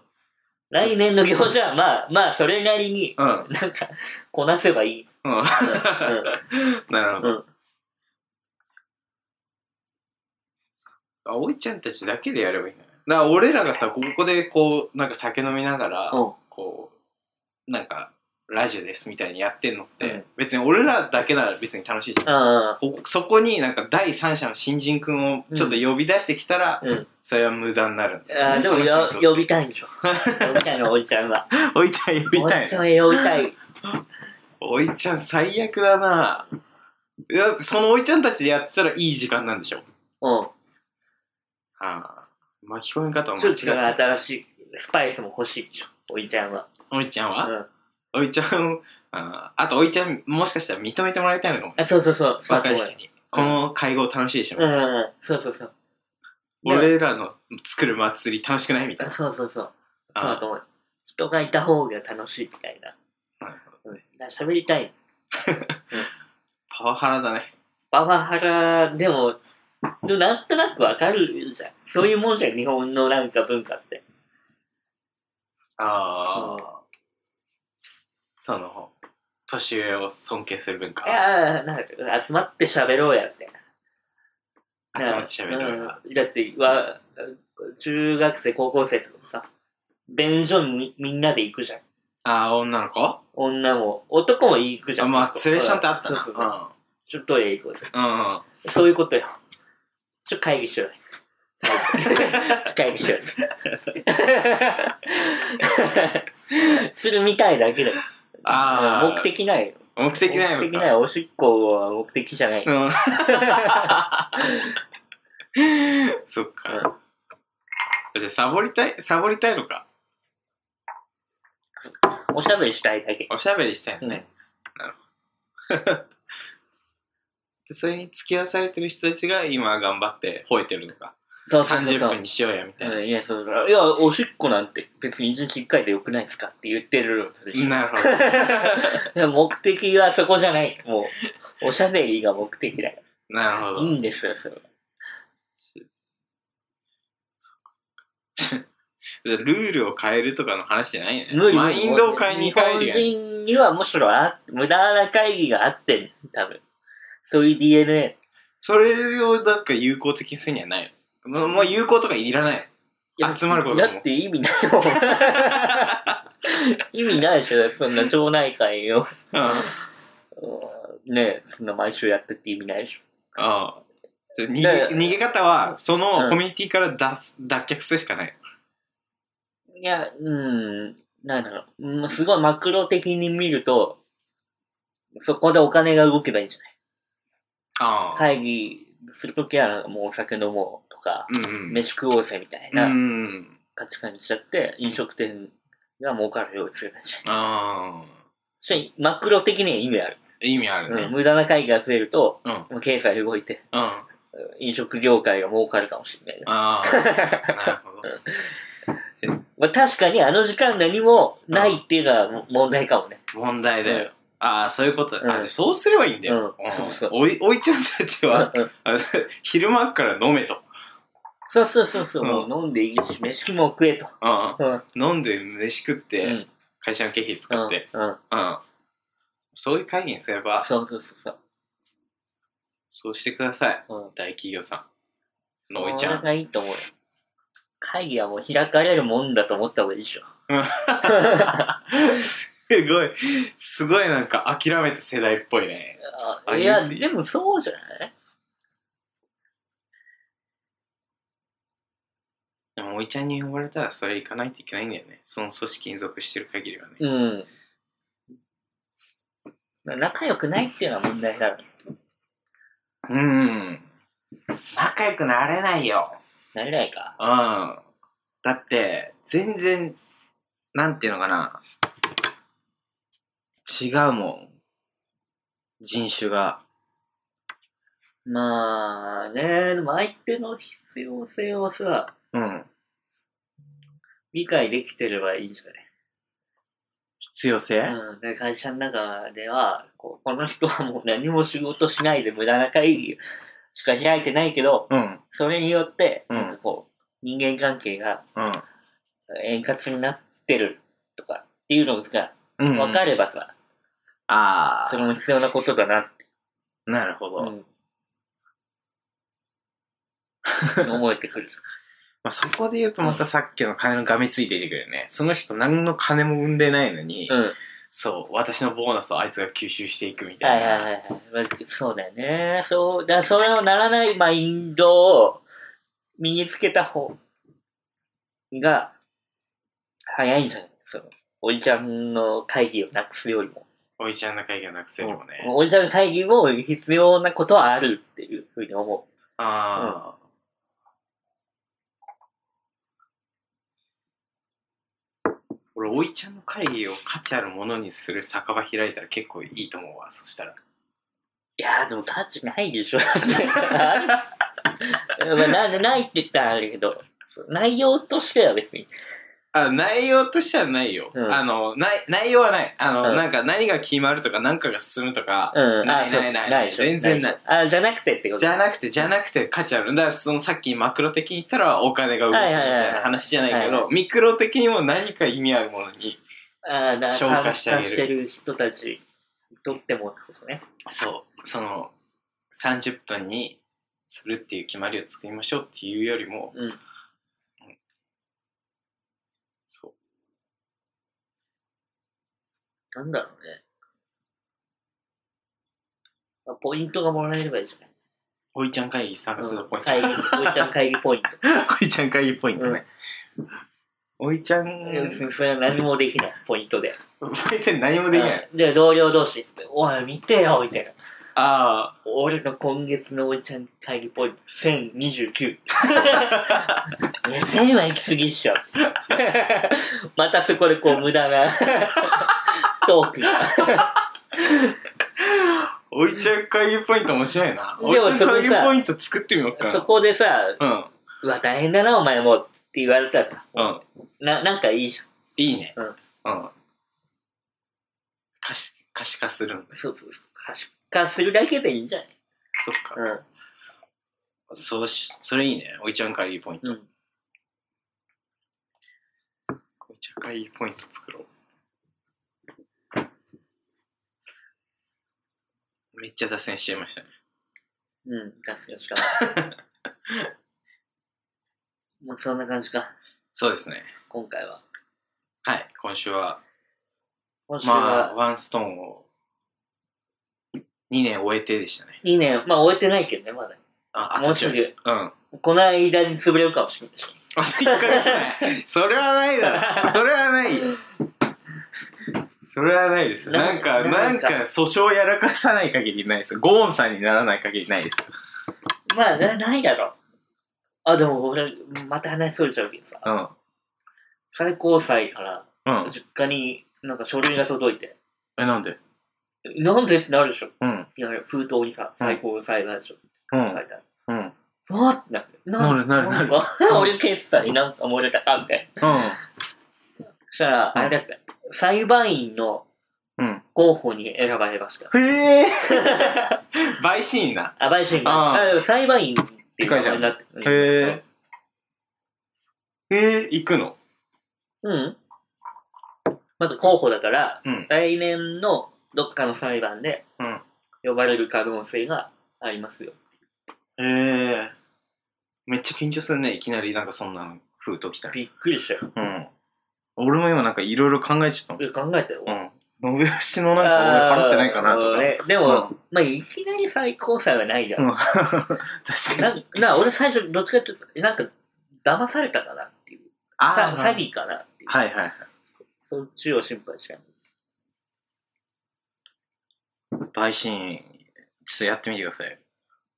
[SPEAKER 3] 来年の行事は、まあ、まあ、それなりに、
[SPEAKER 2] うん。
[SPEAKER 3] なんか、こなせばいい。
[SPEAKER 2] うん。なるほ
[SPEAKER 3] うん
[SPEAKER 2] ど。あおいちゃんたちだけでやればいいんだね。だから俺らがさ、ここでこう、なんか酒飲みながら、
[SPEAKER 3] うん。
[SPEAKER 2] こう、なんか、ラジオですみたいにやってんのって、
[SPEAKER 3] うん
[SPEAKER 2] 別に俺らだけなら別に楽しいじゃん。
[SPEAKER 3] あ
[SPEAKER 2] こそこになんか第三者の新人くんをちょっと呼び出してきたら、
[SPEAKER 3] あ、うん。
[SPEAKER 2] それは無駄になるんだよ
[SPEAKER 3] あ
[SPEAKER 2] ね、
[SPEAKER 3] あ、でも
[SPEAKER 2] その人にとって
[SPEAKER 3] よ、呼びたいんで しょ。呼びたいの、おじちゃんは。
[SPEAKER 2] おいちゃん呼び
[SPEAKER 3] お
[SPEAKER 2] たい
[SPEAKER 3] じちゃ
[SPEAKER 2] の
[SPEAKER 3] んは呼びたい。
[SPEAKER 2] おいちゃん最悪だなだってそのおいちゃんたちでやってたらいい時間なんでしょ
[SPEAKER 3] うん。
[SPEAKER 2] ああ巻き込み方も
[SPEAKER 3] ち
[SPEAKER 2] 間
[SPEAKER 3] ょ
[SPEAKER 2] 違
[SPEAKER 3] っと
[SPEAKER 2] ってる
[SPEAKER 3] 新しい、スパイスも欲しいでしょ、おいちゃんは。
[SPEAKER 2] おいちゃん
[SPEAKER 3] う
[SPEAKER 2] は、
[SPEAKER 3] ん。
[SPEAKER 2] おいちゃんあああとおいちゃんもしかしたら認めてもらいたいのかも
[SPEAKER 3] あ、そうそうそう。そう
[SPEAKER 2] 若い人にこの会合楽しいでしょ、
[SPEAKER 3] うんうんうん。そうそうそう。
[SPEAKER 2] 俺らの作る祭り楽しくないみたいな
[SPEAKER 3] そうそうそう。そう
[SPEAKER 2] あ
[SPEAKER 3] だと思う。人がいた方が楽しいみたいな。
[SPEAKER 2] なる
[SPEAKER 3] うん。だから喋りたい。
[SPEAKER 2] パワハラだね
[SPEAKER 3] パワハラ、でも、でもなんとなくわかるじゃん。そういうもんじゃん、日本のなんか文化って。
[SPEAKER 2] ああ、その年上を尊敬する文化
[SPEAKER 3] いやーなんか、集まって喋ろうや、みたいな。
[SPEAKER 2] 集まって喋るのが
[SPEAKER 3] うんだって、わ、中学生、高校生とかもさ、便所にみみんなで行くじゃん。
[SPEAKER 2] ああ、女の子あ、
[SPEAKER 3] 女も、男も行くじゃん。
[SPEAKER 2] まあ、連れションってあったな。
[SPEAKER 3] そうそうそう。ちょっとトイレ行こうぜ。
[SPEAKER 2] うん。うんうん。
[SPEAKER 3] そういうことよ。ちょっと会議しようよ。帰るやつ。するみたいだけだよ。
[SPEAKER 2] ああ。
[SPEAKER 3] 目。的ないよ。
[SPEAKER 2] 目的ないのか。
[SPEAKER 3] 目的ない。おしっこは目的じゃない。
[SPEAKER 2] うん。 そっか。じゃあ、サボりたい、サボりたいのか。
[SPEAKER 3] おしゃべりしたいだけ。
[SPEAKER 2] おしゃべりしたいのね。でそれに付き合わされてる人たちが今頑張って吠えてるのか。
[SPEAKER 3] そうそうそう
[SPEAKER 2] 30
[SPEAKER 3] そう
[SPEAKER 2] 分にしようや、みたいな。
[SPEAKER 3] うんいや、そうそう。いや、おしっこなんて別に一日一回でよくないですかって言ってるのと一緒。
[SPEAKER 2] なるほど。
[SPEAKER 3] でも目的はそこじゃない。もう、おしゃべりが目的だよ。
[SPEAKER 2] なるほ
[SPEAKER 3] い
[SPEAKER 2] ど。
[SPEAKER 3] いんですよ、それは。
[SPEAKER 2] ルールを変えるとかの話じゃないね。
[SPEAKER 3] 無理
[SPEAKER 2] マインドを変えに行かないとい
[SPEAKER 3] 日
[SPEAKER 2] けない。
[SPEAKER 3] 本人にはむしろあ無駄な会議があってん、多分。そういう DNA。
[SPEAKER 2] それをなんか有効的にするにはないの。もうもう有効とかいらない。
[SPEAKER 3] いや
[SPEAKER 2] 集まること
[SPEAKER 3] だ
[SPEAKER 2] も
[SPEAKER 3] っ。て意味ないもん。 意味ないでしょ、そんな町内会を。
[SPEAKER 2] うんあ
[SPEAKER 3] うんねえそんな毎週やってって意味ないでしょ。
[SPEAKER 2] あじゃあ逃げ
[SPEAKER 3] だから
[SPEAKER 2] 逃げ方は、そ
[SPEAKER 3] うん
[SPEAKER 2] のコミュニティから脱す脱却するしかない。
[SPEAKER 3] いや、うん、なんだろう。うんすごいマクロ的に見ると、そこでお金が動けばいいんじゃない
[SPEAKER 2] ああ。
[SPEAKER 3] 会議するときは、もうお酒飲もうとか、
[SPEAKER 2] うんうん。
[SPEAKER 3] 飯食おうぜみたいうな。
[SPEAKER 2] ん。
[SPEAKER 3] 価値観にしちゃって、飲食店が儲かるようにすればいいじゃん。
[SPEAKER 2] ああ。
[SPEAKER 3] そしてマクロ的には意味ある。
[SPEAKER 2] 意味ある
[SPEAKER 3] うん
[SPEAKER 2] ね。
[SPEAKER 3] 無駄な会議が増えると、
[SPEAKER 2] うん。うん。
[SPEAKER 3] 経済動いて、
[SPEAKER 2] あ
[SPEAKER 3] うん飲食業界が儲かるかもしれないな。
[SPEAKER 2] あ。なるほど。
[SPEAKER 3] まあ、確かにあの時間何もないっていうのはも問題かもね。
[SPEAKER 2] 問題だ
[SPEAKER 3] う
[SPEAKER 2] よ。ああ、そういうことだ。
[SPEAKER 3] う
[SPEAKER 2] あ
[SPEAKER 3] ん
[SPEAKER 2] じゃあそうすればいいんだよ。
[SPEAKER 3] うんそうそう
[SPEAKER 2] おい、おいちゃんたち
[SPEAKER 3] う
[SPEAKER 2] は、
[SPEAKER 3] んうん
[SPEAKER 2] あの 昼間から飲めと。
[SPEAKER 3] そうそうそうそう、
[SPEAKER 2] うん
[SPEAKER 3] もう飲んでいいし、飯も食えと。
[SPEAKER 2] うん
[SPEAKER 3] うん。うん。
[SPEAKER 2] 飲んで飯食っ
[SPEAKER 3] う
[SPEAKER 2] て
[SPEAKER 3] ん、
[SPEAKER 2] 会社の経費使
[SPEAKER 3] う
[SPEAKER 2] って。
[SPEAKER 3] ん。
[SPEAKER 2] うん。そういう会議にすれば、
[SPEAKER 3] そうそうそうそう。
[SPEAKER 2] そうしてください。
[SPEAKER 3] うん。
[SPEAKER 2] 大企業さん。のおいちゃ
[SPEAKER 3] それ
[SPEAKER 2] ん。
[SPEAKER 3] がいいと思うよ。会議はもう開かれるもんだと思った方がいいでしょ。
[SPEAKER 2] すごい、すごいなんか諦めた世代っぽいね。
[SPEAKER 3] あ
[SPEAKER 2] あ
[SPEAKER 3] いや、
[SPEAKER 2] いい
[SPEAKER 3] でもそうじゃない
[SPEAKER 2] でも、おいちゃんに呼ばれたらそれ行かないといけないんだよね。その組織に属してる限りはね。
[SPEAKER 3] うん。仲良くないっていうのは問題だろ。
[SPEAKER 2] うん。仲良くなれないよ。
[SPEAKER 3] なれないか。
[SPEAKER 2] うん。だって、全然、なんていうのかな。違うもん。人種が。
[SPEAKER 3] まあね、でも相手の必要性をさ、
[SPEAKER 2] うん。
[SPEAKER 3] 理解できてればいいんじゃ
[SPEAKER 2] 必要性、
[SPEAKER 3] ないうん。で会社の中ではこう、この人はもう何も仕事しないで無駄な会議しか開いてないけど、
[SPEAKER 2] うん。
[SPEAKER 3] それによって、
[SPEAKER 2] うん
[SPEAKER 3] なんかこう、人間関係が
[SPEAKER 2] うん。
[SPEAKER 3] 円滑になってるとかっていうのが
[SPEAKER 2] うん。
[SPEAKER 3] 分かればさ、
[SPEAKER 2] あ
[SPEAKER 3] そ
[SPEAKER 2] あ、
[SPEAKER 3] れも必要なことだなって
[SPEAKER 2] なるほど。 ま
[SPEAKER 3] うん、思えてくる。
[SPEAKER 2] あ、そこで言うとまたさっきの金のがみついていてくるよね。その人何の金も生んでないのに、
[SPEAKER 3] うん。は
[SPEAKER 2] そう、私のボーナスをあいつが吸収していくみ
[SPEAKER 3] いは
[SPEAKER 2] たい
[SPEAKER 3] い
[SPEAKER 2] な。
[SPEAKER 3] はいはい。まあそうだよね。そう、だそれをならないマインドを身につけた方が早いんじゃないその、おじちゃんの会議をなくすよりも。
[SPEAKER 2] おいちゃんの会議をなくせるもね。
[SPEAKER 3] おじちゃんの会議も必要なことはあるっていうふうに思う。
[SPEAKER 2] ああ、俺、おいちゃんの会議を価値あるものにする酒場開いたら結構いいと思うわ、そしたら。
[SPEAKER 3] いやーでも価値ないでしょ。だ ってあるまあなないって言ったらあれだけど、内容としては別に。
[SPEAKER 2] あ内容としてはないよ。
[SPEAKER 3] うん
[SPEAKER 2] あのない、内容はない。あの、
[SPEAKER 3] うん
[SPEAKER 2] なんか何が決まるとか、何かが進むとか、
[SPEAKER 3] うん、
[SPEAKER 2] な
[SPEAKER 3] あ
[SPEAKER 2] い
[SPEAKER 3] そう
[SPEAKER 2] ないない
[SPEAKER 3] でしょ
[SPEAKER 2] 全然ない
[SPEAKER 3] でしょあ、じゃなくてってこと
[SPEAKER 2] じゃなくて、じゃなくて価値ある。だから、そのさっきマクロ的に言ったらお金が動くみ
[SPEAKER 3] はいはいはい
[SPEAKER 2] たいな話じゃないけど、
[SPEAKER 3] はいは
[SPEAKER 2] ミクロ的にも何か意味あるものに、
[SPEAKER 3] あだ
[SPEAKER 2] 消化してあげる
[SPEAKER 3] 参加してる人たちにとってもってことね。
[SPEAKER 2] そう、その、30分にするっていう決まりを作りましょうっていうよりも、
[SPEAKER 3] うん。
[SPEAKER 2] そう。
[SPEAKER 3] なんだろうね。まあポイントがもらえればいいじゃない。
[SPEAKER 2] おいちゃん会議探すポイント。
[SPEAKER 3] 会議、おいちゃん会議ポイント。
[SPEAKER 2] おいちゃん会議ポイントね。おいちゃん、
[SPEAKER 3] 別にそれは何もできない、ポイントで。
[SPEAKER 2] おいちゃん何もできない。
[SPEAKER 3] うんで、同僚同士です。おい、見てよ、みたいな。
[SPEAKER 2] ああ、
[SPEAKER 3] 俺の今月のおいちゃん会議ポイント、1029。いや、1000は行き過ぎっしょ。またそこでこう無駄 なトークが。
[SPEAKER 2] おいちゃん会議ポイント面白いな。
[SPEAKER 3] でも
[SPEAKER 2] おいちゃん
[SPEAKER 3] そこで
[SPEAKER 2] 会議
[SPEAKER 3] さ
[SPEAKER 2] ポイント作ってみよう
[SPEAKER 3] そ
[SPEAKER 2] か。
[SPEAKER 3] こでさ、
[SPEAKER 2] うん。
[SPEAKER 3] うわ、大変だな、お前もって言われたらさ、
[SPEAKER 2] うん。
[SPEAKER 3] な、なんかいいじ
[SPEAKER 2] いいね。
[SPEAKER 3] うん。
[SPEAKER 2] うん。可視、可視化するん
[SPEAKER 3] ゃ
[SPEAKER 2] だ
[SPEAKER 3] ん。。そうそうそう。可視化するだけでいいんじゃない
[SPEAKER 2] そっか。そうし、それいいね。おいちゃん会議ポイント。
[SPEAKER 3] うん。うん。
[SPEAKER 2] おいちゃん会議ポイント作ろう。めっちゃ脱線しちゃいましたね。
[SPEAKER 3] うん、確かに確 かに。もうそんな感じか、
[SPEAKER 2] そうですね。
[SPEAKER 3] 今回は。
[SPEAKER 2] はい。今週は、
[SPEAKER 3] 今週
[SPEAKER 2] まあ、
[SPEAKER 3] は、
[SPEAKER 2] ワンストーンを、2年終えてでしたね。
[SPEAKER 3] いいね。まあ終えてないけどね、まだ。
[SPEAKER 2] あ、あ
[SPEAKER 3] も
[SPEAKER 2] と
[SPEAKER 3] うすぐ。
[SPEAKER 2] うん。
[SPEAKER 3] この間に潰れるかもしれないし。
[SPEAKER 2] あと1ヶ月 ない。それはないだろ。それはないよ。それはないですよ。なんか、
[SPEAKER 3] な
[SPEAKER 2] な
[SPEAKER 3] なんん
[SPEAKER 2] か
[SPEAKER 3] か、
[SPEAKER 2] 訴訟をやらかさない限りないですよ。ゴーンさんにならない限りないですよ。
[SPEAKER 3] まあ、なないだろう。あ、でも俺、また話それちゃうけどさ、
[SPEAKER 2] うん。
[SPEAKER 3] 最高裁から
[SPEAKER 2] うん。
[SPEAKER 3] 実家になんか書類が届いて、
[SPEAKER 2] え、なんで
[SPEAKER 3] なんでってなるでしょ。
[SPEAKER 2] うん。
[SPEAKER 3] いやいや封筒にさ、
[SPEAKER 2] うん
[SPEAKER 3] 最高裁判所って
[SPEAKER 2] う
[SPEAKER 3] 書いて
[SPEAKER 2] ん。
[SPEAKER 3] ある。
[SPEAKER 2] うん。
[SPEAKER 3] わーってなる。
[SPEAKER 2] なるなる
[SPEAKER 3] んか 俺の検査になんか漏れたかみたいな。
[SPEAKER 2] うん。
[SPEAKER 3] そしたら、あれだった。裁判員の
[SPEAKER 2] うん。
[SPEAKER 3] 候補に選ばれま した。
[SPEAKER 2] へえ陪審員だ。
[SPEAKER 3] あ、陪審員
[SPEAKER 2] あー
[SPEAKER 3] あ、でも裁判員っていう名前になって
[SPEAKER 2] へえ。へえ、行くの
[SPEAKER 3] うん。まだ候補だから、
[SPEAKER 2] うん。
[SPEAKER 3] 来年のどっかの裁判で
[SPEAKER 2] うん。
[SPEAKER 3] 呼ばれる可能性がありますよ。
[SPEAKER 2] へえ。めっちゃ緊張するね。いきなりなんかそんな封筒来たら。
[SPEAKER 3] びっくりしたよ。
[SPEAKER 2] うん。俺も今なんかいろいろ考えちゃった
[SPEAKER 3] え考えたよ。
[SPEAKER 2] もん。うん。信吉のなんか俺払ってないかな
[SPEAKER 3] あー
[SPEAKER 2] とか。
[SPEAKER 3] ねでも、
[SPEAKER 2] う
[SPEAKER 3] まあ、いきなり最高裁はないじゃ。
[SPEAKER 2] うんん。確かに。
[SPEAKER 3] なんかな俺最初、どっちかっていうと、なんか、騙されたかなっていう。さ
[SPEAKER 2] あー
[SPEAKER 3] 詐欺かなっていう。
[SPEAKER 2] はいはいはい。
[SPEAKER 3] そっちを心配しちゃう。
[SPEAKER 2] 陪審員、ちょっとやってみてください。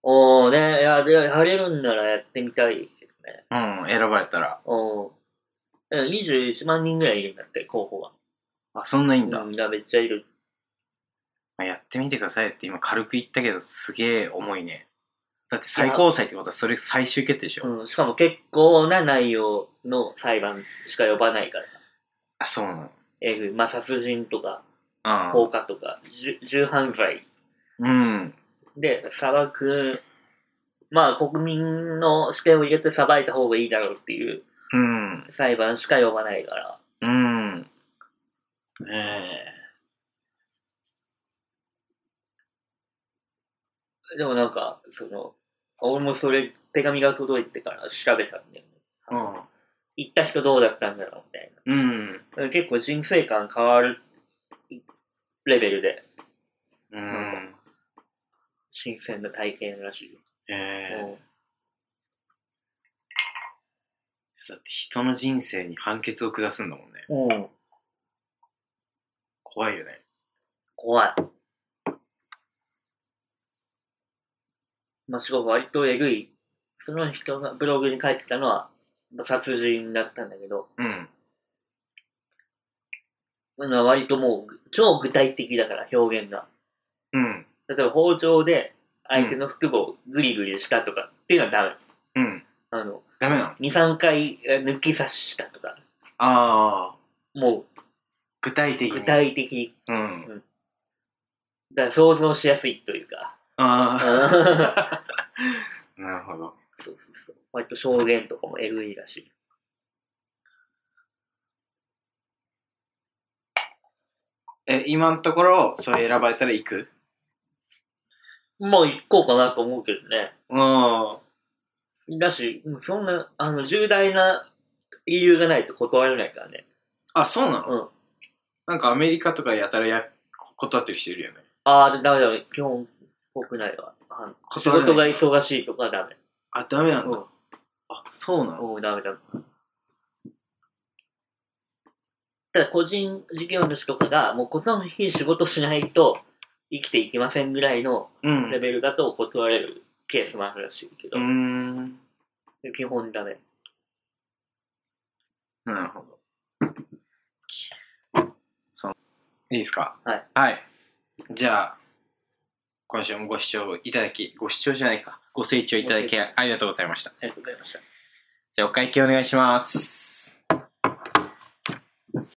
[SPEAKER 3] おーね、いや、で、やれるんならやってみたいけどね。
[SPEAKER 2] うん。選ばれたら。
[SPEAKER 3] おーうん21万人ぐらいいるんだって、候補は。
[SPEAKER 2] あ、そんないいんだ。
[SPEAKER 3] うん、だめっちゃいる。
[SPEAKER 2] まあやってみてくださいって今軽く言ったけど、すげえ重いね。だって最高裁ってことはそれ最終決定でしょ。
[SPEAKER 3] うん、しかも結構な内容の裁判しか呼ばないから。
[SPEAKER 2] あ、そうなの。
[SPEAKER 3] えぐいまあ、殺人とか、
[SPEAKER 2] あ
[SPEAKER 3] 放火とか、じゅ重犯罪
[SPEAKER 2] うん。
[SPEAKER 3] で裁く、まあ、国民の視点を入れて裁いた方がいいだろうっていう
[SPEAKER 2] うん。
[SPEAKER 3] 裁判しか呼ばないから。
[SPEAKER 2] うん。え
[SPEAKER 3] でもなんか、その、俺もそれ、手紙が届いてから調べたんだよね。
[SPEAKER 2] え
[SPEAKER 3] 行った人どうだったんだろうみたい
[SPEAKER 2] うん。うん。
[SPEAKER 3] な。結構人生観変わるレベルで、
[SPEAKER 2] うん。
[SPEAKER 3] 新鮮な体験らしいよ。
[SPEAKER 2] ええ
[SPEAKER 3] うん
[SPEAKER 2] だって人の人生に判決を下すんだもんね。
[SPEAKER 3] うん。
[SPEAKER 2] 怖いよね。
[SPEAKER 3] 怖い。まあ、すごく割とえぐい。その人がブログに書いてたのは、まあ殺人だったんだけど、
[SPEAKER 2] うん。
[SPEAKER 3] まあ割ともう、超具体的だから、表現が。
[SPEAKER 2] うん。
[SPEAKER 3] 例えば包丁で相手の腹部をグリグリしたとかっていうのはダメ。
[SPEAKER 2] うん。
[SPEAKER 3] あの、
[SPEAKER 2] ダメなの
[SPEAKER 3] 2、3回え抜き刺したとか、
[SPEAKER 2] ああ。
[SPEAKER 3] も
[SPEAKER 2] 具体的
[SPEAKER 3] う
[SPEAKER 2] に。
[SPEAKER 3] 具体的に、
[SPEAKER 2] うん。
[SPEAKER 3] だから想像しやすいというか。
[SPEAKER 2] あ
[SPEAKER 3] そう
[SPEAKER 2] あ。なるほど。
[SPEAKER 3] そうそう。割と証言とかも LE だし。
[SPEAKER 2] え、今のところ、それ選ばれたら行く
[SPEAKER 3] もう行こうかなと思うけどね。
[SPEAKER 2] うん。
[SPEAKER 3] だし、そんな、あの、重大な理由がないと断れないからね。
[SPEAKER 2] あ、そうなの
[SPEAKER 3] うん。
[SPEAKER 2] なんかアメリカとかやたらや断ってる人いるよね。
[SPEAKER 3] ああ、ダメダメ、基本、国内は。あの仕
[SPEAKER 2] 断れない
[SPEAKER 3] 事が忙しいとかはダメ。
[SPEAKER 2] あ、ダメなん
[SPEAKER 3] う
[SPEAKER 2] だ。
[SPEAKER 3] ん
[SPEAKER 2] あ、そうなの
[SPEAKER 3] おうダメだ。ただ、個人事業主とかが、もうこの日仕事しないと生きていけませんぐらいの
[SPEAKER 2] うん。
[SPEAKER 3] レ
[SPEAKER 2] う
[SPEAKER 3] ベルだと断れるケースもあるらしいけど
[SPEAKER 2] ー、ん。
[SPEAKER 3] 基本ダメ。
[SPEAKER 2] なるほど。そのいいですか
[SPEAKER 3] はい。
[SPEAKER 2] はい。じゃあ、今週もご視聴いただき、ご視聴じゃないか。ご清聴いただきありがとうございました。
[SPEAKER 3] ありがとうございました。
[SPEAKER 2] じゃあ、お会計お願いします。